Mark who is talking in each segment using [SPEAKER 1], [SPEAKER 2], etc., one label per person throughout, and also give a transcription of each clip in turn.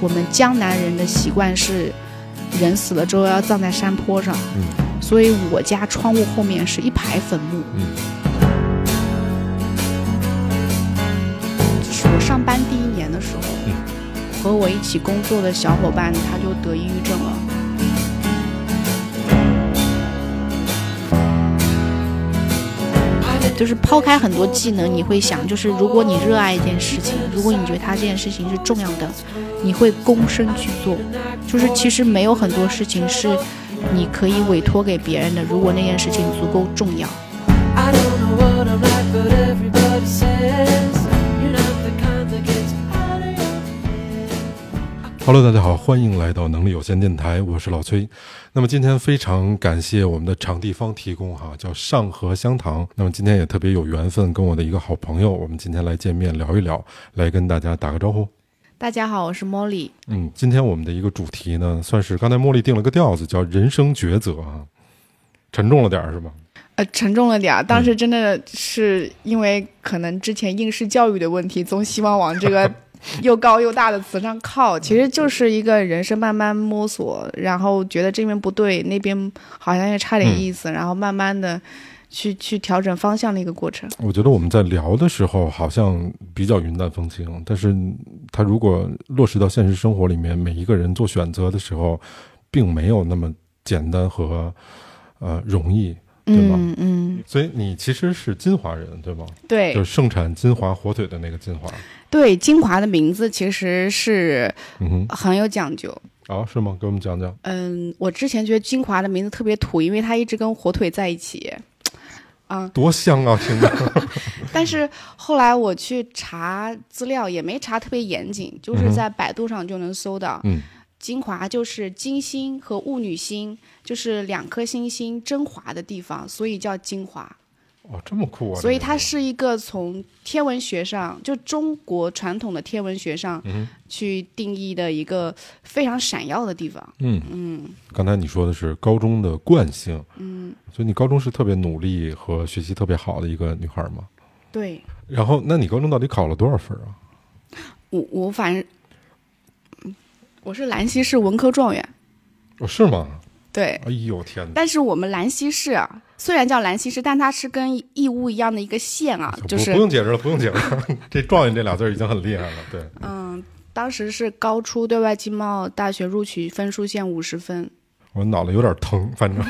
[SPEAKER 1] 我们江南人的习惯是，人死了之后要葬在山坡上，
[SPEAKER 2] 嗯
[SPEAKER 1] 所以我家窗户后面是一排坟墓。
[SPEAKER 2] 嗯
[SPEAKER 1] 就是我上班第一年的时候，
[SPEAKER 2] 嗯
[SPEAKER 1] 和我一起工作的小伙伴他就得抑郁症了。就是抛开很多技能，你会想，就是如果你热爱一件事情，如果你觉得它这件事情是重要的，你会躬身去做。就是其实没有很多事情是你可以委托给别人的，如果那件事情足够重要。
[SPEAKER 3] I don't know what I'm like, but everybody says you're not the kind that gets out of your
[SPEAKER 2] Hello，大家好，欢迎来到能力有限电台，我是老崔。那么今天非常感谢我们的场地方提供哈，叫上河香堂。那么今天也特别有缘分，跟我的一个好朋友，我们今天来见面聊一聊，来跟大家打个招呼。
[SPEAKER 1] 大家好，我是 Molly。
[SPEAKER 2] 嗯，今天我们的一个主题呢，算是刚才茉莉定了个调子，叫人生抉择啊，沉重了点儿是吧？
[SPEAKER 4] 呃，沉重了点儿。当时真的是因为可能之前应试教育的问题，总希望往这 个又高又大的词上靠，其实就是一个人生慢慢摸索，然后觉得这边不对，那边好像也差点意思，然后慢慢的去去调整方向的一个过程。
[SPEAKER 2] 我觉得我们在聊的时候好像比较云淡风轻，但是它如果落实到现实生活里面，每一个人做选择的时候，并没有那么简单和呃容易。对吧
[SPEAKER 4] 嗯 嗯，
[SPEAKER 2] 所以你其实是金华人对吗？
[SPEAKER 4] 对，
[SPEAKER 2] 就是盛产金华火腿的那个金华。
[SPEAKER 4] 对，金华的名字其实是
[SPEAKER 2] 嗯
[SPEAKER 4] 很有讲究。
[SPEAKER 2] 哼，啊是吗？给我们讲讲。
[SPEAKER 4] 嗯，我之前觉得金华的名字特别土，因为它一直跟火腿在一起。啊、
[SPEAKER 2] 多香啊，听 着。
[SPEAKER 4] 但是后来我去查资料，也没查特别严谨，就
[SPEAKER 2] 嗯
[SPEAKER 4] 是
[SPEAKER 2] 哼
[SPEAKER 4] 在百度上就能搜到。
[SPEAKER 2] 嗯
[SPEAKER 4] 金华就是金星和戊女星，就是两颗星星争华的地方，所以叫金华。
[SPEAKER 2] 哦，这么酷啊！
[SPEAKER 4] 所以
[SPEAKER 2] 这个
[SPEAKER 4] 它是一个从天文学上，就中国传统的天文学上
[SPEAKER 2] 嗯
[SPEAKER 4] 去定义的一个非常闪耀的地方。
[SPEAKER 2] 嗯嗯。刚才你说的是高中的惯性，嗯，所以你高中是特别努力和学习特别好的一个女孩吗？
[SPEAKER 4] 对
[SPEAKER 2] 然后，那你高中到底考了多少分啊？
[SPEAKER 4] 我，我反正嗯我是兰溪市文科状元。
[SPEAKER 2] 哦，是吗？
[SPEAKER 4] 对，
[SPEAKER 2] 哎呦天哪！
[SPEAKER 4] 但是我们兰溪市啊，虽然叫兰溪市，但它是跟义乌一样的一个县啊，就
[SPEAKER 2] 不不
[SPEAKER 4] 是
[SPEAKER 2] 用解释了，不用解释了。 这“状元”这俩字儿已经很厉害了。对，
[SPEAKER 4] 嗯，当时是高出对外经贸大学录取分数线五十分。
[SPEAKER 2] 我脑袋有点疼，反 正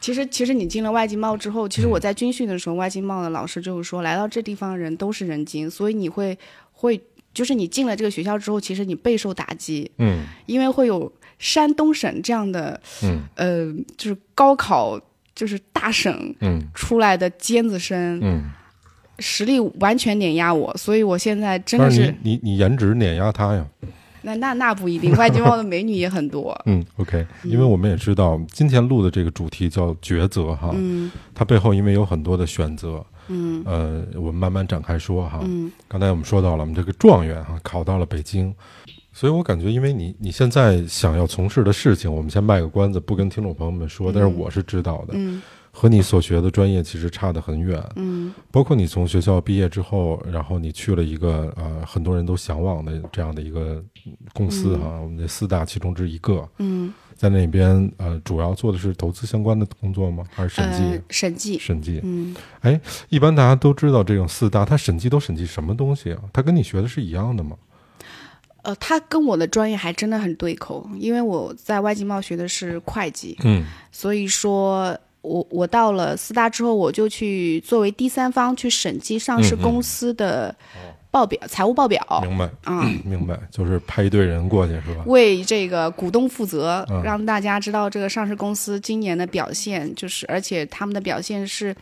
[SPEAKER 4] 其实，其实你进了外经贸之后，
[SPEAKER 2] 嗯
[SPEAKER 4] 其实我在军训的时候，外经贸的老师就是说，来到这地方人都是人精，所以你会会就是你进了这个学校之后，其实你备受打击，
[SPEAKER 2] 嗯
[SPEAKER 4] 因为会有山东省这样的
[SPEAKER 2] 嗯
[SPEAKER 4] 呃，就是高考就是大省
[SPEAKER 2] 嗯
[SPEAKER 4] 出来的尖子生，
[SPEAKER 2] 嗯。
[SPEAKER 4] 实力完全碾压我，所以我现在真的
[SPEAKER 2] 但
[SPEAKER 4] 是
[SPEAKER 2] 是你你你颜值碾压他呀。。
[SPEAKER 4] 那那那不一定，外经贸的美女也很多
[SPEAKER 2] 嗯，OK，因为我们也知道今天录的这个主题叫抉择哈，
[SPEAKER 4] 嗯
[SPEAKER 2] 它背后因为有很多的选择，
[SPEAKER 4] 嗯
[SPEAKER 2] 呃，我们慢慢展开说哈。
[SPEAKER 4] 嗯，
[SPEAKER 2] 刚才我们说到了，我们这个状元哈、考到了北京，所以我感觉，因为你你现在想要从事的事情，我们先卖个关子，不跟听众朋友们说，但是我是知道的，
[SPEAKER 4] 嗯
[SPEAKER 2] 和你所学的专业其实差得很远。
[SPEAKER 4] 嗯
[SPEAKER 2] 包括你从学校毕业之后，然后你去了一个呃很多人都向往的这样的一个公司哈、我们这四大其中之一个，
[SPEAKER 4] 嗯，
[SPEAKER 2] 在那边呃主要做的是投资相关的工作吗？还是审计？
[SPEAKER 4] 呃，审计，
[SPEAKER 2] 审计，哎
[SPEAKER 4] 嗯，
[SPEAKER 2] 一般大家都知道这种四大，它审计都审计什么东西啊？它跟你学的是一样的吗？
[SPEAKER 4] 呃，他跟我的专业还真的很对口，因为我在外经贸学的是会计，
[SPEAKER 2] 嗯
[SPEAKER 4] 所以说。我我到了四大之后，我就去作为第三方去审计上市
[SPEAKER 2] 嗯嗯哦
[SPEAKER 4] 公司的报表、财务报表，
[SPEAKER 2] 明白，
[SPEAKER 4] 啊、
[SPEAKER 2] 明白，就是派一队人过去是吧？
[SPEAKER 4] 为这个股东负责
[SPEAKER 2] 嗯，
[SPEAKER 4] 让大家知道这个上市公司今年的表现，就是而且他们的表现是，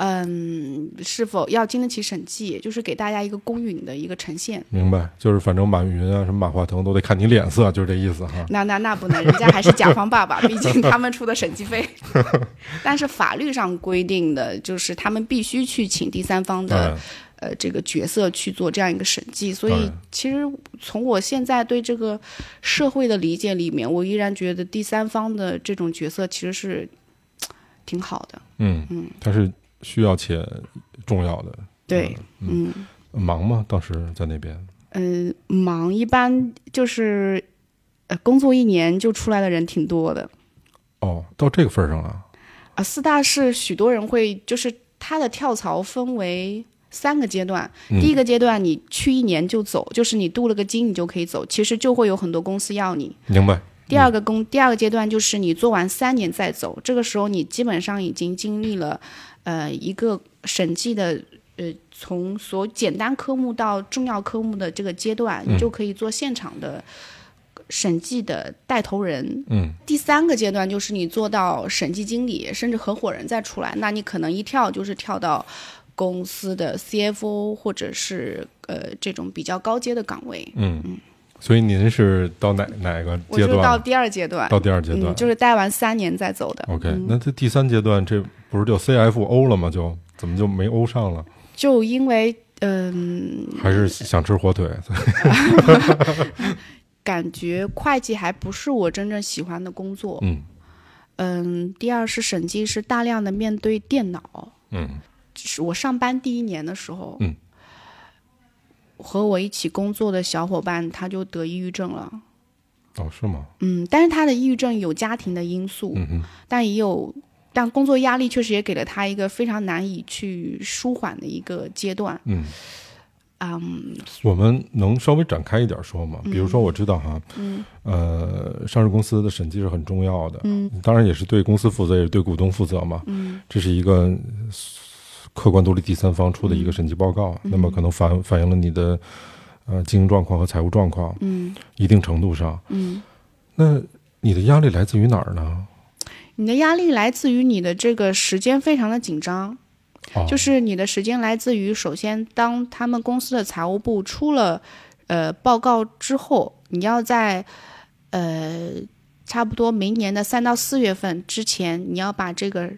[SPEAKER 4] 嗯，是否要经得起审计，就是给大家一个公允的一个呈现。
[SPEAKER 2] 明白，就是反正马云啊，什么马化腾都得看你脸色，就是这意思哈。
[SPEAKER 4] 那那那不能，人家还是甲方爸爸，毕竟他们出的审计费。 但是法律上规定的就是他们必须去请第三方的、
[SPEAKER 2] 嗯
[SPEAKER 4] 呃这个角色去做这样一个审计，所
[SPEAKER 2] 当
[SPEAKER 4] 以
[SPEAKER 2] 然
[SPEAKER 4] 其实从我现在对这个社会的理解里面，我依然觉得第三方的这种角色其实是嘖挺好的。
[SPEAKER 2] 嗯
[SPEAKER 4] 嗯，
[SPEAKER 2] 它是需要且重要的。
[SPEAKER 4] 对，
[SPEAKER 2] 嗯，
[SPEAKER 4] 嗯，
[SPEAKER 2] 忙吗？当时在那边
[SPEAKER 4] 嗯、忙一般就是呃工作一年就出来的人挺多的
[SPEAKER 2] 哦，到这个份儿上了，
[SPEAKER 4] 啊。四大是许多人会就是他的跳槽分为三个阶段，
[SPEAKER 2] 嗯
[SPEAKER 4] 第一个阶段你去一年就走，就是你镀了个金你就可以走，其实就会有很多公司要你。
[SPEAKER 2] 明白？
[SPEAKER 4] 第二个工第二个阶段就是你做完三年再走，这个时候你基本上已经经历了，呃，一个审计的呃从所简单科目到重要科目的这个阶段，
[SPEAKER 2] 嗯
[SPEAKER 4] 你就可以做现场的审计的带头人。
[SPEAKER 2] 嗯，
[SPEAKER 4] 第三个阶段就是你做到审计经理甚至合伙人再出来，那你可能一跳就是跳到公司的 CFO 或者是呃这种比较高阶的岗位。
[SPEAKER 2] 嗯，所以您是到哪哪个
[SPEAKER 4] 我
[SPEAKER 2] 阶
[SPEAKER 4] 就
[SPEAKER 2] 段？
[SPEAKER 4] 到第二阶段，
[SPEAKER 2] 到第二阶段。
[SPEAKER 4] 嗯，就是待完三年再走的。
[SPEAKER 2] OK，、那这第三阶段这不是就 CFO 了吗？就怎么就没欧上了？
[SPEAKER 4] 就因为嗯、
[SPEAKER 2] 还是想吃火腿？
[SPEAKER 4] 感觉会计还不是我真正喜欢的工作。
[SPEAKER 2] 嗯
[SPEAKER 4] 嗯，第二是审计是大量的面对电脑。
[SPEAKER 2] 嗯
[SPEAKER 4] 是我上班第一年的时候，
[SPEAKER 2] 嗯
[SPEAKER 4] 和我一起工作的小伙伴他就得抑郁症了。
[SPEAKER 2] 哦，是吗？
[SPEAKER 4] 嗯，但是他的抑郁症有家庭的因素，
[SPEAKER 2] 嗯哼，
[SPEAKER 4] 但也有，但工作压力确实也给了他一个非常难以去舒缓的一个阶段。
[SPEAKER 2] 嗯。
[SPEAKER 4] 嗯，
[SPEAKER 2] 我们能稍微展开一点说吗？比如说，我知道哈，呃，上市公司的审计是很重要的，嗯，当然也是对公司负责，也是对股东负责嘛，嗯，这是一个呃客观独立第三方出的一个审计报告，那么可能反反映了你的呃经营状况和财务状况，嗯，一定程度上，嗯，那你的压力来自于哪儿呢？
[SPEAKER 4] 你的压力来自于你的这个时间非常的紧张，
[SPEAKER 2] 哦，
[SPEAKER 4] 就是你的时间来自于首先，当他们公司的财务部出了呃报告之后，你要在呃差不多明年的三到四月份之前，你要把这个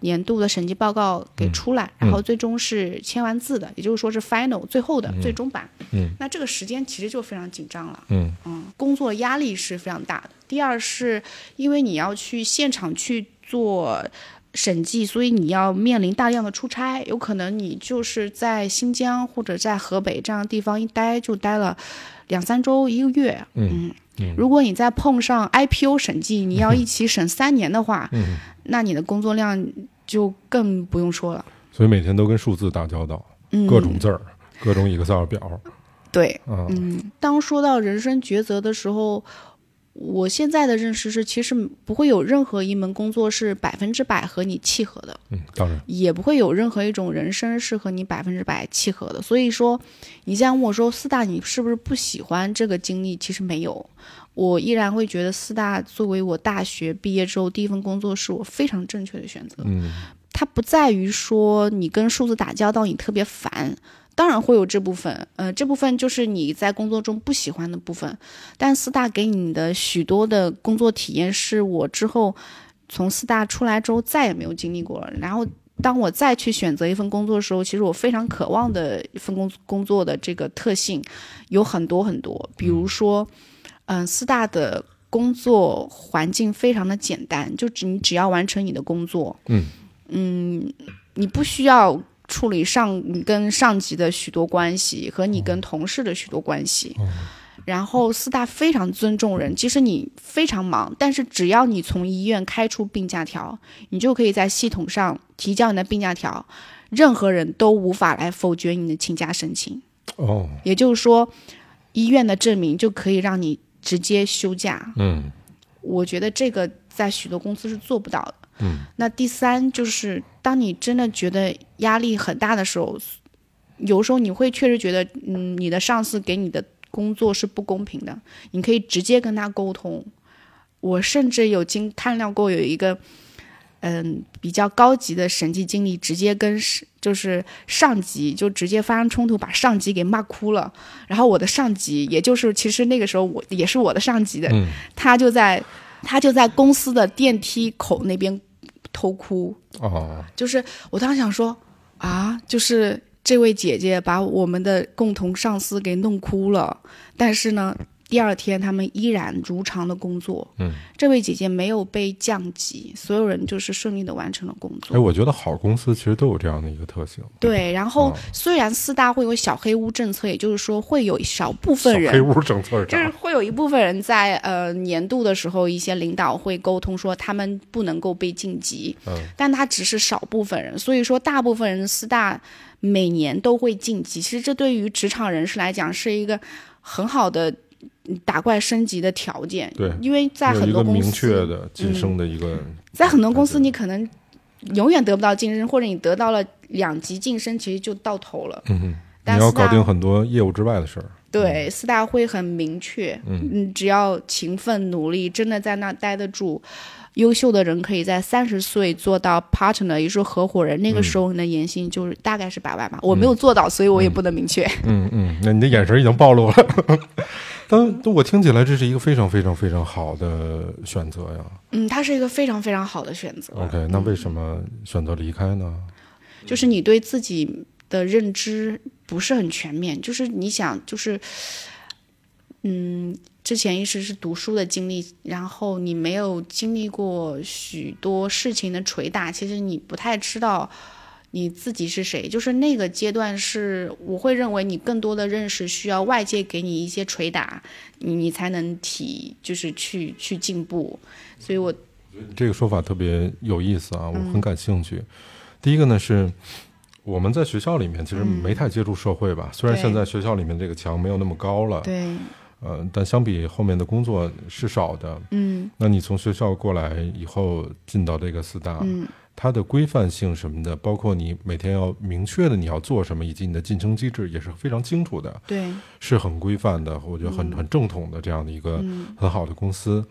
[SPEAKER 4] 年度的审计报告给出来，
[SPEAKER 2] 嗯
[SPEAKER 4] 然后最终是签完字的，也就是说是 final 最后的、最终版。
[SPEAKER 2] 嗯，
[SPEAKER 4] 那这个时间其实就非常紧张了。
[SPEAKER 2] 嗯
[SPEAKER 4] 嗯，工作压力是非常大的。第二是因为你要去现场去做审计，所以你要面临大量的出差，有可能你就是在新疆或者在河北这样的地方一待就待了两三周、一个月。
[SPEAKER 2] 嗯
[SPEAKER 4] 如果你再碰上 IPO 审计，你要一起审三年的话，
[SPEAKER 2] 嗯，
[SPEAKER 4] 那你的工作量就更不用说了。
[SPEAKER 2] 所以每天都跟数字打交道，
[SPEAKER 4] 嗯，
[SPEAKER 2] 各种字儿，各种 Excel 表，
[SPEAKER 4] 对，
[SPEAKER 2] 啊，
[SPEAKER 4] 嗯，当说到人生抉择的时候，我现在的认识是，其实不会有任何一门工作是百分之百和你契合的，
[SPEAKER 2] 嗯，当然，
[SPEAKER 4] 也不会有任何一种人生是和你百分之百契合的。所以说，你现在问我说四大你是不是不喜欢这个经历？其实没有，我依然会觉得四大作为我大学毕业之后第一份工作是我非常正确的选择。
[SPEAKER 2] 嗯。
[SPEAKER 4] 它不在于说你跟数字打交道你特别烦，当然会有这部分，呃，这部分就是你在工作中不喜欢的部分。但四大给你的许多的工作体验，是我之后从四大出来之后再也没有经历过了。然后当我再去选择一份工作的时候，其实我非常渴望的一份工工作的这个特性有很多很多，比如说，嗯、四大的。工作环境非常的简单，就只你只要完成你的工作，嗯你不需要处理上你跟上级的许多关系和你跟同事的许多关系。然后四大非常尊重人，即使你非常忙，但是只要你从医院开出病假条，你就可以在系统上提交你的病假条，任何人都无法来否决你的请假申请。
[SPEAKER 2] 哦，
[SPEAKER 4] 也就是说，医院的证明就可以让你直接休假。
[SPEAKER 2] 嗯
[SPEAKER 4] 我觉得这个在许多公司是做不到的。嗯，那第三就是，当你真的觉得压力很大的时候，有时候你会确实觉得，嗯，你的上司给你的工作是不公平的，你可以直接跟他沟通。我甚至有经看到过有一个，嗯，比较高级的审计经理直接跟是就是上级就直接发生冲突，把上级给骂哭了。然后我的上级，也就是其实那个时候我也是我的上级的，
[SPEAKER 2] 嗯，
[SPEAKER 4] 他就在他就在公司的电梯口那边偷哭，
[SPEAKER 2] 哦，
[SPEAKER 4] 就是我当时想说啊，就是这位姐姐把我们的共同上司给弄哭了，但是呢，第二天他们依然如常的工作。
[SPEAKER 2] 嗯，
[SPEAKER 4] 这位姐姐没有被降级，所有人就是顺利的完成了工作。
[SPEAKER 2] 哎，我觉得好公司其实都有这样的一个特性。
[SPEAKER 4] 对，然后
[SPEAKER 2] 哦
[SPEAKER 4] 虽然四大会有小黑屋政策，也就是说会有少部
[SPEAKER 2] 小
[SPEAKER 4] 分人
[SPEAKER 2] 黑屋政策是
[SPEAKER 4] 就是
[SPEAKER 2] 啥？
[SPEAKER 4] 会有一部分人在呃年度的时候，一些领导会沟通说他们不能够被晋级，
[SPEAKER 2] 嗯
[SPEAKER 4] 但他只是少部分人，所以说大部分人四大每年都会晋级。其实这对于职场人士来讲是一个很好的嗯打怪升级的条件，
[SPEAKER 2] 对
[SPEAKER 4] 因为在
[SPEAKER 2] 有
[SPEAKER 4] 很
[SPEAKER 2] 一
[SPEAKER 4] 多
[SPEAKER 2] 个
[SPEAKER 4] 公司嗯
[SPEAKER 2] 明确的晋升的一个，
[SPEAKER 4] 在很多公司，你可能永远得不到晋升，或者你得到了两级晋升，其实就到头了。
[SPEAKER 2] 嗯哼，
[SPEAKER 4] 但
[SPEAKER 2] 你要
[SPEAKER 4] 四大
[SPEAKER 2] 搞定很多业务之外的事儿。
[SPEAKER 4] 对，四大会很明确，
[SPEAKER 2] 嗯
[SPEAKER 4] 只要勤奋努力，真的在那待得住，优秀的人可以在三十岁做到 partner，也就是合伙人，那个时候你的年薪就是大概是百万吧，我没有做到，所以我也不能明确。
[SPEAKER 2] 嗯嗯，那你的眼神已经暴露了。 但但我听起来这是一个非常非常非常好的选择呀。
[SPEAKER 4] 嗯，它是一个非常非常好的选择，
[SPEAKER 2] OK，那为什么选择离开呢？
[SPEAKER 4] 就是你对自己的认知不是很全面，就是你想就是，嗯。之前一直是读书的经历，然后你没有经历过许多事情的捶打，其实你不太知道你自己是谁。就是那个阶段是，我会认为你更多的认识需要外界给你一些捶打，你你才能体就是去去进步。所以我
[SPEAKER 2] 这个说法特别有意思啊，我很感兴趣。第一个呢是我们在学校里面其实没太接触社会吧，虽然
[SPEAKER 4] 对
[SPEAKER 2] 现在学校里面这个墙没有那么高了，
[SPEAKER 4] 对，
[SPEAKER 2] 呃，但相比后面的工作是少的。
[SPEAKER 4] 嗯
[SPEAKER 2] 那你从学校过来以后进到这个四大，
[SPEAKER 4] 嗯
[SPEAKER 2] 它的规范性什么的，包括你每天要明确的你要做什么，以及你的晋升机制也是非常清楚的，
[SPEAKER 4] 对，嗯
[SPEAKER 2] 是很规范的，我觉得很、很正统的这样的一个很好的公司。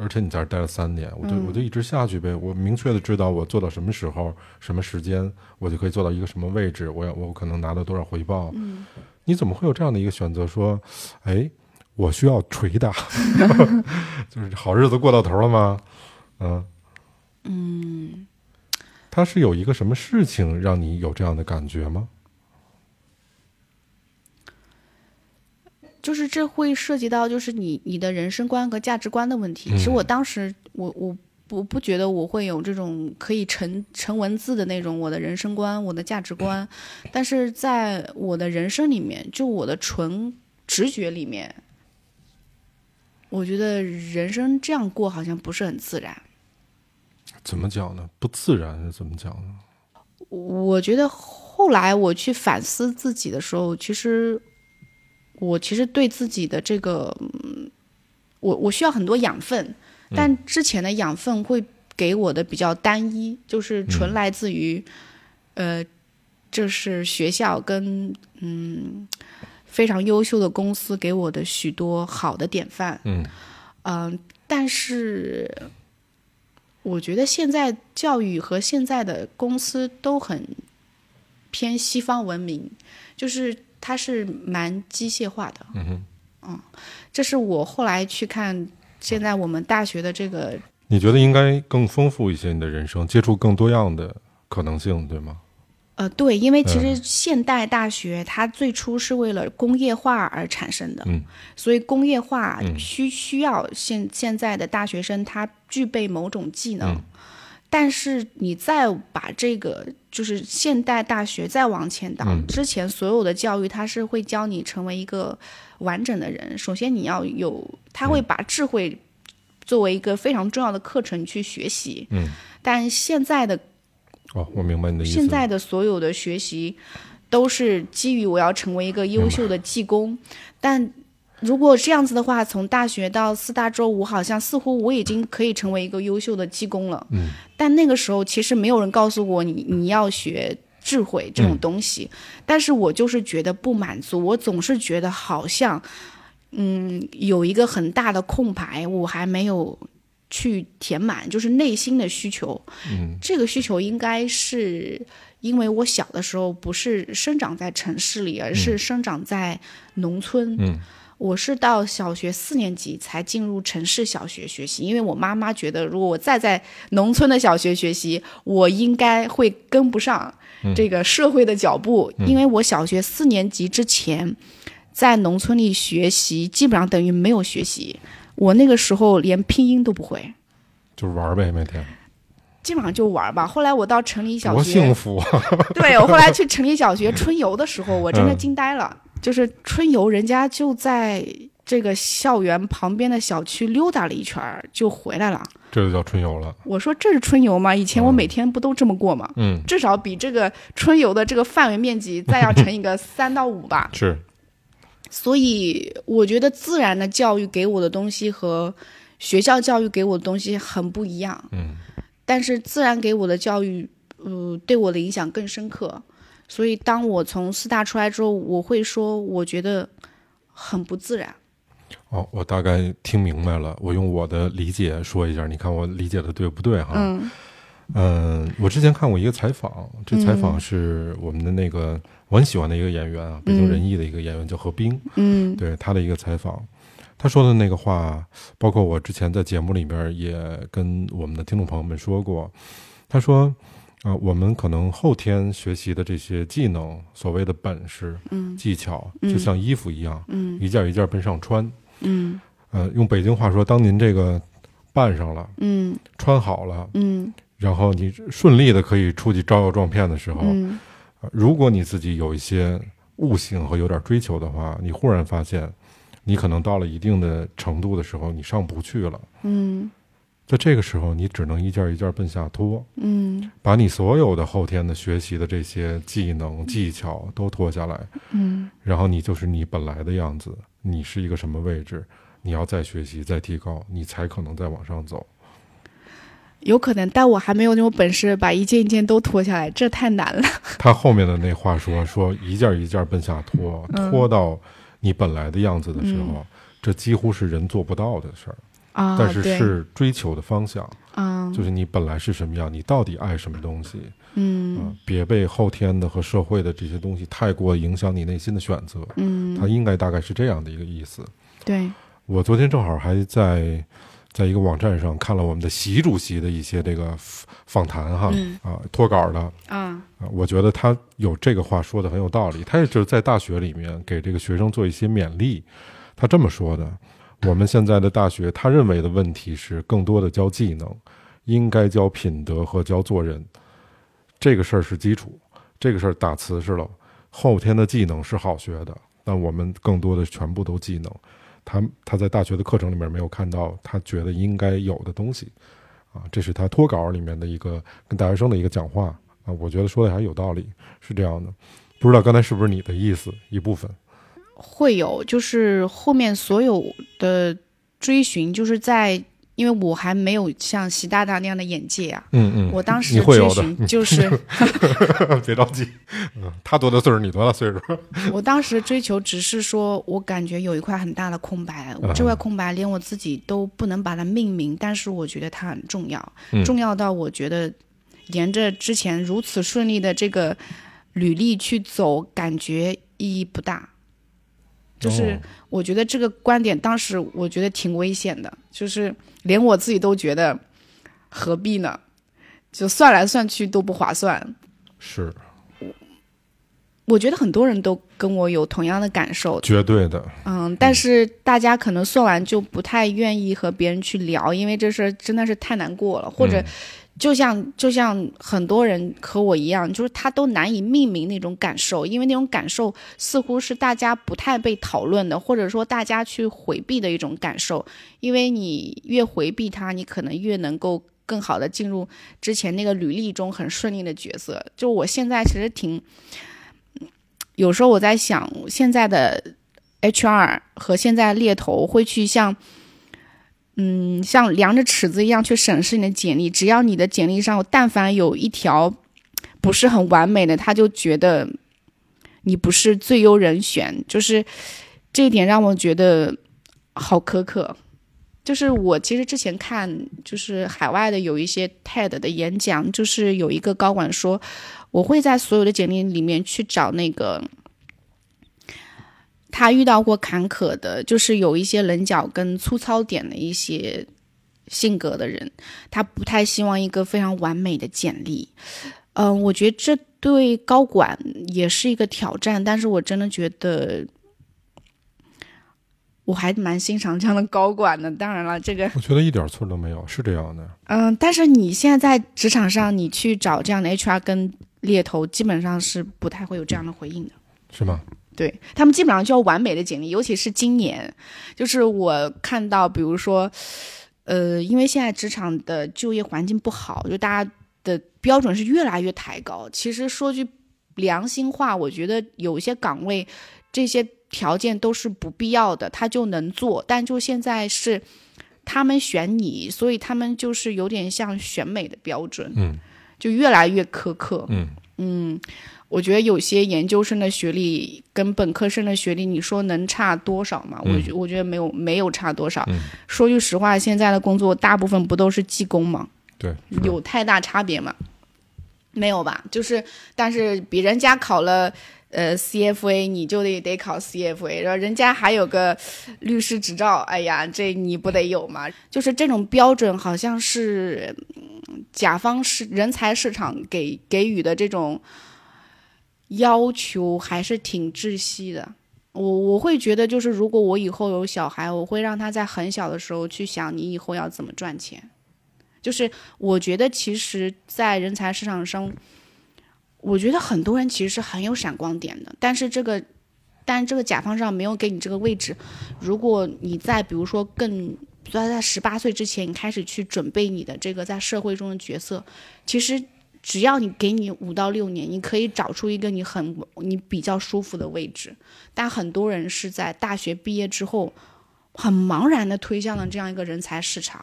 [SPEAKER 2] 而且你在这儿待了三年，我就、
[SPEAKER 4] 嗯
[SPEAKER 2] 我就一直下去呗。我明确的知道我做到什么时候、什么时间，我就可以做到一个什么位置，我要我可能拿到多少回报。
[SPEAKER 4] 嗯
[SPEAKER 2] 你怎么会有这样的一个选择？说，哎，我需要捶 打，就是好日子过到头了吗？嗯
[SPEAKER 4] 嗯。
[SPEAKER 2] 他是有一个什么事情让你有这样的感觉吗？
[SPEAKER 4] 就是这会涉及到就是你你的人生观和价值观的问题。
[SPEAKER 2] 嗯
[SPEAKER 4] 其实我当时我我我不觉得我会有这种可以成成文字的那种我的人生观、我的价值观，但是在我的人生里面，就我的纯直觉里面，我觉得人生这样过好像不是很自然。
[SPEAKER 2] 怎么讲呢？不自然是怎么讲呢？
[SPEAKER 4] 我觉得后来我去反思自己的时候，其实我其实对自己的这个，嗯我我需要很多养分，但之前的养分会给我的比较单一，就是纯来自于，呃，就是学校跟嗯非常优秀的公司给我的许多好的典范，
[SPEAKER 2] 嗯，
[SPEAKER 4] 嗯、但是我觉得现在教育和现在的公司都很偏西方文明，就是它是蛮机械化的。嗯嗯，这是我后来去看现在我们大学的这个
[SPEAKER 2] 你觉得应该更丰富一些你的人生，接触更多样的可能性，对吗？
[SPEAKER 4] 呃，对，因为其实
[SPEAKER 2] 嗯
[SPEAKER 4] 现代大学它最初是为了工业化而产生的，
[SPEAKER 2] 嗯
[SPEAKER 4] 所以工业化
[SPEAKER 2] 嗯
[SPEAKER 4] 需需要现现在的大学生他具备某种技能，
[SPEAKER 2] 嗯
[SPEAKER 4] 但是你再把这个就是现代大学再往前倒，
[SPEAKER 2] 嗯
[SPEAKER 4] 之前所有的教育它是会教你成为一个完整的人，首先你要有，他
[SPEAKER 2] 嗯
[SPEAKER 4] 会把智慧作为一个非常重要的课程去学习，
[SPEAKER 2] 嗯，
[SPEAKER 4] 但现在的
[SPEAKER 2] 哦，我明白你的意思。
[SPEAKER 4] 现在的所有的学习都是基于我要成为一个优秀的技工，但如果这样子的话，从大学到四大周五，好像似乎我已经可以成为一个优秀的技工了。
[SPEAKER 2] 嗯，
[SPEAKER 4] 但那个时候其实没有人告诉我你你要学。智慧这种
[SPEAKER 2] 嗯
[SPEAKER 4] 东西，但是我就是觉得不满足，我总是觉得好像，嗯，有一个很大的空白，我还没有去填满，就是内心的需求。
[SPEAKER 2] 嗯
[SPEAKER 4] 这个需求应该是因为我小的时候不是生长在城市里，而是生长在农村。
[SPEAKER 2] 嗯
[SPEAKER 4] 我是到小学四年级才进入城市小学学习，因为我妈妈觉得如果我再在农村的小学学习，我应该会
[SPEAKER 2] 嗯
[SPEAKER 4] 跟不上这个社会的脚步，因为我小学四年级之前。在农村里学习基本上等于没有学习。我那个时候连拼音都不会，
[SPEAKER 2] 就是玩儿呗，每天
[SPEAKER 4] 基本上就玩儿吧。后来我到城里小
[SPEAKER 2] 多
[SPEAKER 4] 学，
[SPEAKER 2] 幸福啊！
[SPEAKER 4] 对我后来去城里小学春游的时候，我真的惊呆了。就是春游，人家就在这个校园旁边的小区溜达了一圈儿就回来了。
[SPEAKER 2] 这就叫春游了。
[SPEAKER 4] 我说这是春游吗？以前我每天不都这么过吗？
[SPEAKER 2] 嗯，
[SPEAKER 4] 至少比这个春游的这个范围面积再要乘以个三到五吧。
[SPEAKER 2] 是
[SPEAKER 4] 所以我觉得自然的教育给我的东西和学校教育给我的东西很不一样。
[SPEAKER 2] 嗯，
[SPEAKER 4] 但是自然给我的教育，呃，对我的影响更深刻。所以当我从四大出来之后，我会说，我觉得很不自然。
[SPEAKER 2] 哦，我大概听明白了。我用我的理解说一下，你看我理解的对不对哈？
[SPEAKER 1] 嗯
[SPEAKER 2] 嗯，我之前看过一个采访，这采访是我们的那个、我很喜欢的一个演员啊，北京人艺的一个演员叫何冰，
[SPEAKER 1] 嗯
[SPEAKER 2] 对他的一个采访，他说的那个话，包括我之前在节目里边也跟我们的听众朋友们说过，他说啊、我们可能后天学习的这些技能，所谓的本事、
[SPEAKER 4] 嗯
[SPEAKER 2] 技巧，
[SPEAKER 4] 嗯
[SPEAKER 2] 就像衣服一样，
[SPEAKER 4] 嗯
[SPEAKER 2] 一件一件奔上穿。
[SPEAKER 4] 嗯
[SPEAKER 2] 呃，用北京话说，当您这个办上了，
[SPEAKER 4] 嗯
[SPEAKER 2] 穿好了，
[SPEAKER 4] 嗯
[SPEAKER 2] 然后你顺利的可以出去招摇撞骗的时候，
[SPEAKER 4] 嗯
[SPEAKER 2] 呃如果你自己有一些悟性和有点追求的话，你忽然发现，你可能到了一定的程度的时候，你上不去了。
[SPEAKER 4] 嗯
[SPEAKER 2] 在这个时候，你只能一件一件奔下拖，
[SPEAKER 4] 嗯
[SPEAKER 2] 把你所有的后天的学习的这些技能、技巧都脱下来，
[SPEAKER 4] 嗯
[SPEAKER 2] 然后你就是你本来的样子，你是一个什么位置，你要再学习、再提高，你才可能再往上走。
[SPEAKER 1] 有可能，但我还没有那种本事把一件一件都脱下来，这太难了。
[SPEAKER 2] 他后面的那话说说一件一件奔下拖，
[SPEAKER 1] 嗯
[SPEAKER 2] 拖到你本来的样子的时候，这几乎是人做不到的事儿，
[SPEAKER 1] 啊，
[SPEAKER 2] 但是
[SPEAKER 1] 对，
[SPEAKER 2] 是追求的方向，
[SPEAKER 1] 啊，
[SPEAKER 2] 就是你本来是什么样，你到底爱什么东西啊、
[SPEAKER 1] 嗯
[SPEAKER 2] 别被后天的和社会的这些东西太过影响你内心的选择。
[SPEAKER 1] 嗯，
[SPEAKER 2] 他应该大概是这样的一个意思。
[SPEAKER 1] 对，
[SPEAKER 2] 我昨天正好还在在一个网站上看了我们的习主席的一些这个访访谈哈、
[SPEAKER 4] 嗯
[SPEAKER 2] 啊脱稿的，
[SPEAKER 4] 啊
[SPEAKER 2] 啊，我觉得他有这个话说的很有道理。他也就是在大学里面给这个学生做一些勉励。他这么说的：我们现在的大学，他认为的问题是更多的教技能，应该教品德和教做人。这个事儿是基础，这个事儿打瓷实了。后天的技能是好学的，但我们更多的全部都技能。他他在大学的课程里面没有看到他觉得应该有的东西，啊，这是他脱稿里面的一个跟大学生的一个讲话啊，我觉得说的还有道理，是这样的。不知道刚才是不是你的意思一部分？
[SPEAKER 4] 会有，就是后面所有的追寻，就是在，因为我还没有像习大大那样的眼界啊。
[SPEAKER 2] 嗯嗯
[SPEAKER 4] 我当时
[SPEAKER 2] 你
[SPEAKER 4] 的
[SPEAKER 2] 会有的
[SPEAKER 4] 追 寻就是，
[SPEAKER 2] 别着急，嗯，他多大岁数，你多大岁数？
[SPEAKER 4] 我当时追求只是说，我感觉有一块很大的空白，
[SPEAKER 2] 嗯
[SPEAKER 4] 我这块空白连我自己都不能把它命名，但是我觉得它很重要
[SPEAKER 2] 嗯，
[SPEAKER 4] 重要到我觉得沿着之前如此顺利的这个履历去走，感觉意义不大。
[SPEAKER 2] 哦
[SPEAKER 4] 就是我觉得这个观点当时我觉得挺危险的，就是连我自己都觉得何必呢？就算来算去都不划算。
[SPEAKER 2] 是
[SPEAKER 4] 我觉得很多人都跟我有同样的感受，
[SPEAKER 2] 绝对的，
[SPEAKER 4] 嗯，但是大家可能算完就不太愿意和别人去聊，因为这事儿真的是太难过了，或者就像就像很多人和我一样，就是他都难以命名那种感受，因为那种感受似乎是大家不太被讨论的，或者说大家去回避的一种感受，因为你越回避它，你可能越能够。更好的进入之前那个履历中很顺利的角色，就我现在其实挺，有时候我在想现在的 HR 和现在猎头会去像，嗯，像量着尺子一样去审视你的简历。只要你的简历上但凡有一条不是很完美的，他就觉得你不是最优人选。就是这一点让我觉得好苛刻。就是我其实之前看，就是海外的有一些 TED 的演讲，就是有一个高管说，我会在所有的简历里面去找那个他遇到过坎坷的，就是有一些棱角跟粗糙点的一些性格的人，他不太希望一个非常完美的简历。嗯、我觉得这对高管也是一个挑战，但是我真的觉得我还蛮欣赏这样的高管的。当然了，这个
[SPEAKER 2] 我觉得一点错都没有，是这样的。
[SPEAKER 4] 嗯，但是你现在在职场上，你去找这样的 HR 跟猎头，基本上是不太会有这样的回应的。
[SPEAKER 2] 是吗？
[SPEAKER 4] 对他们基本上就要完美的简历，尤其是今年，就是我看到，比如说，呃，因为现在职场的就业环境不好，就大家的标准是越来越抬高。其实说句良心话，我觉得有一些岗位，这些条件都是不必要的，他就能做。但就现在是他们选你，所以他们就是有点像选美的标准，
[SPEAKER 2] 嗯
[SPEAKER 4] 就越来越苛刻。
[SPEAKER 2] 嗯，
[SPEAKER 4] 嗯，我觉得有些研究生的学历跟本科生的学历，你说能差多少嘛？我
[SPEAKER 2] 嗯
[SPEAKER 4] 觉我觉得没有没有差多少。
[SPEAKER 2] 嗯
[SPEAKER 4] 说句实话，现在的工作大部分不都是技工吗？
[SPEAKER 2] 对，是
[SPEAKER 4] 有太大差别吗？没有吧？就是，但是比人家考了呃 CFA，你就得得考 CFA，然后人家还有个律师执照，哎呀，这你不得有吗？就是这种标准，好像是嗯甲方市人才市场给给予的这种要求，还是挺窒息的。我我会觉得，就是如果我以后有小孩，我会让他在很小的时候去想你以后要怎么赚钱。就是我觉得，其实，在人才市场上，我觉得很多人其实是很有闪光点的，但是这个，但这个甲方上没有给你这个位置。如果你在比如说更在在十八岁之前，你开始去准备你的这个在社会中的角色，其实只要你给你五到六年，你可以找出一个你很你比较舒服的位置。但很多人是在大学毕业之后，很茫然的推向了这样一个人才市场。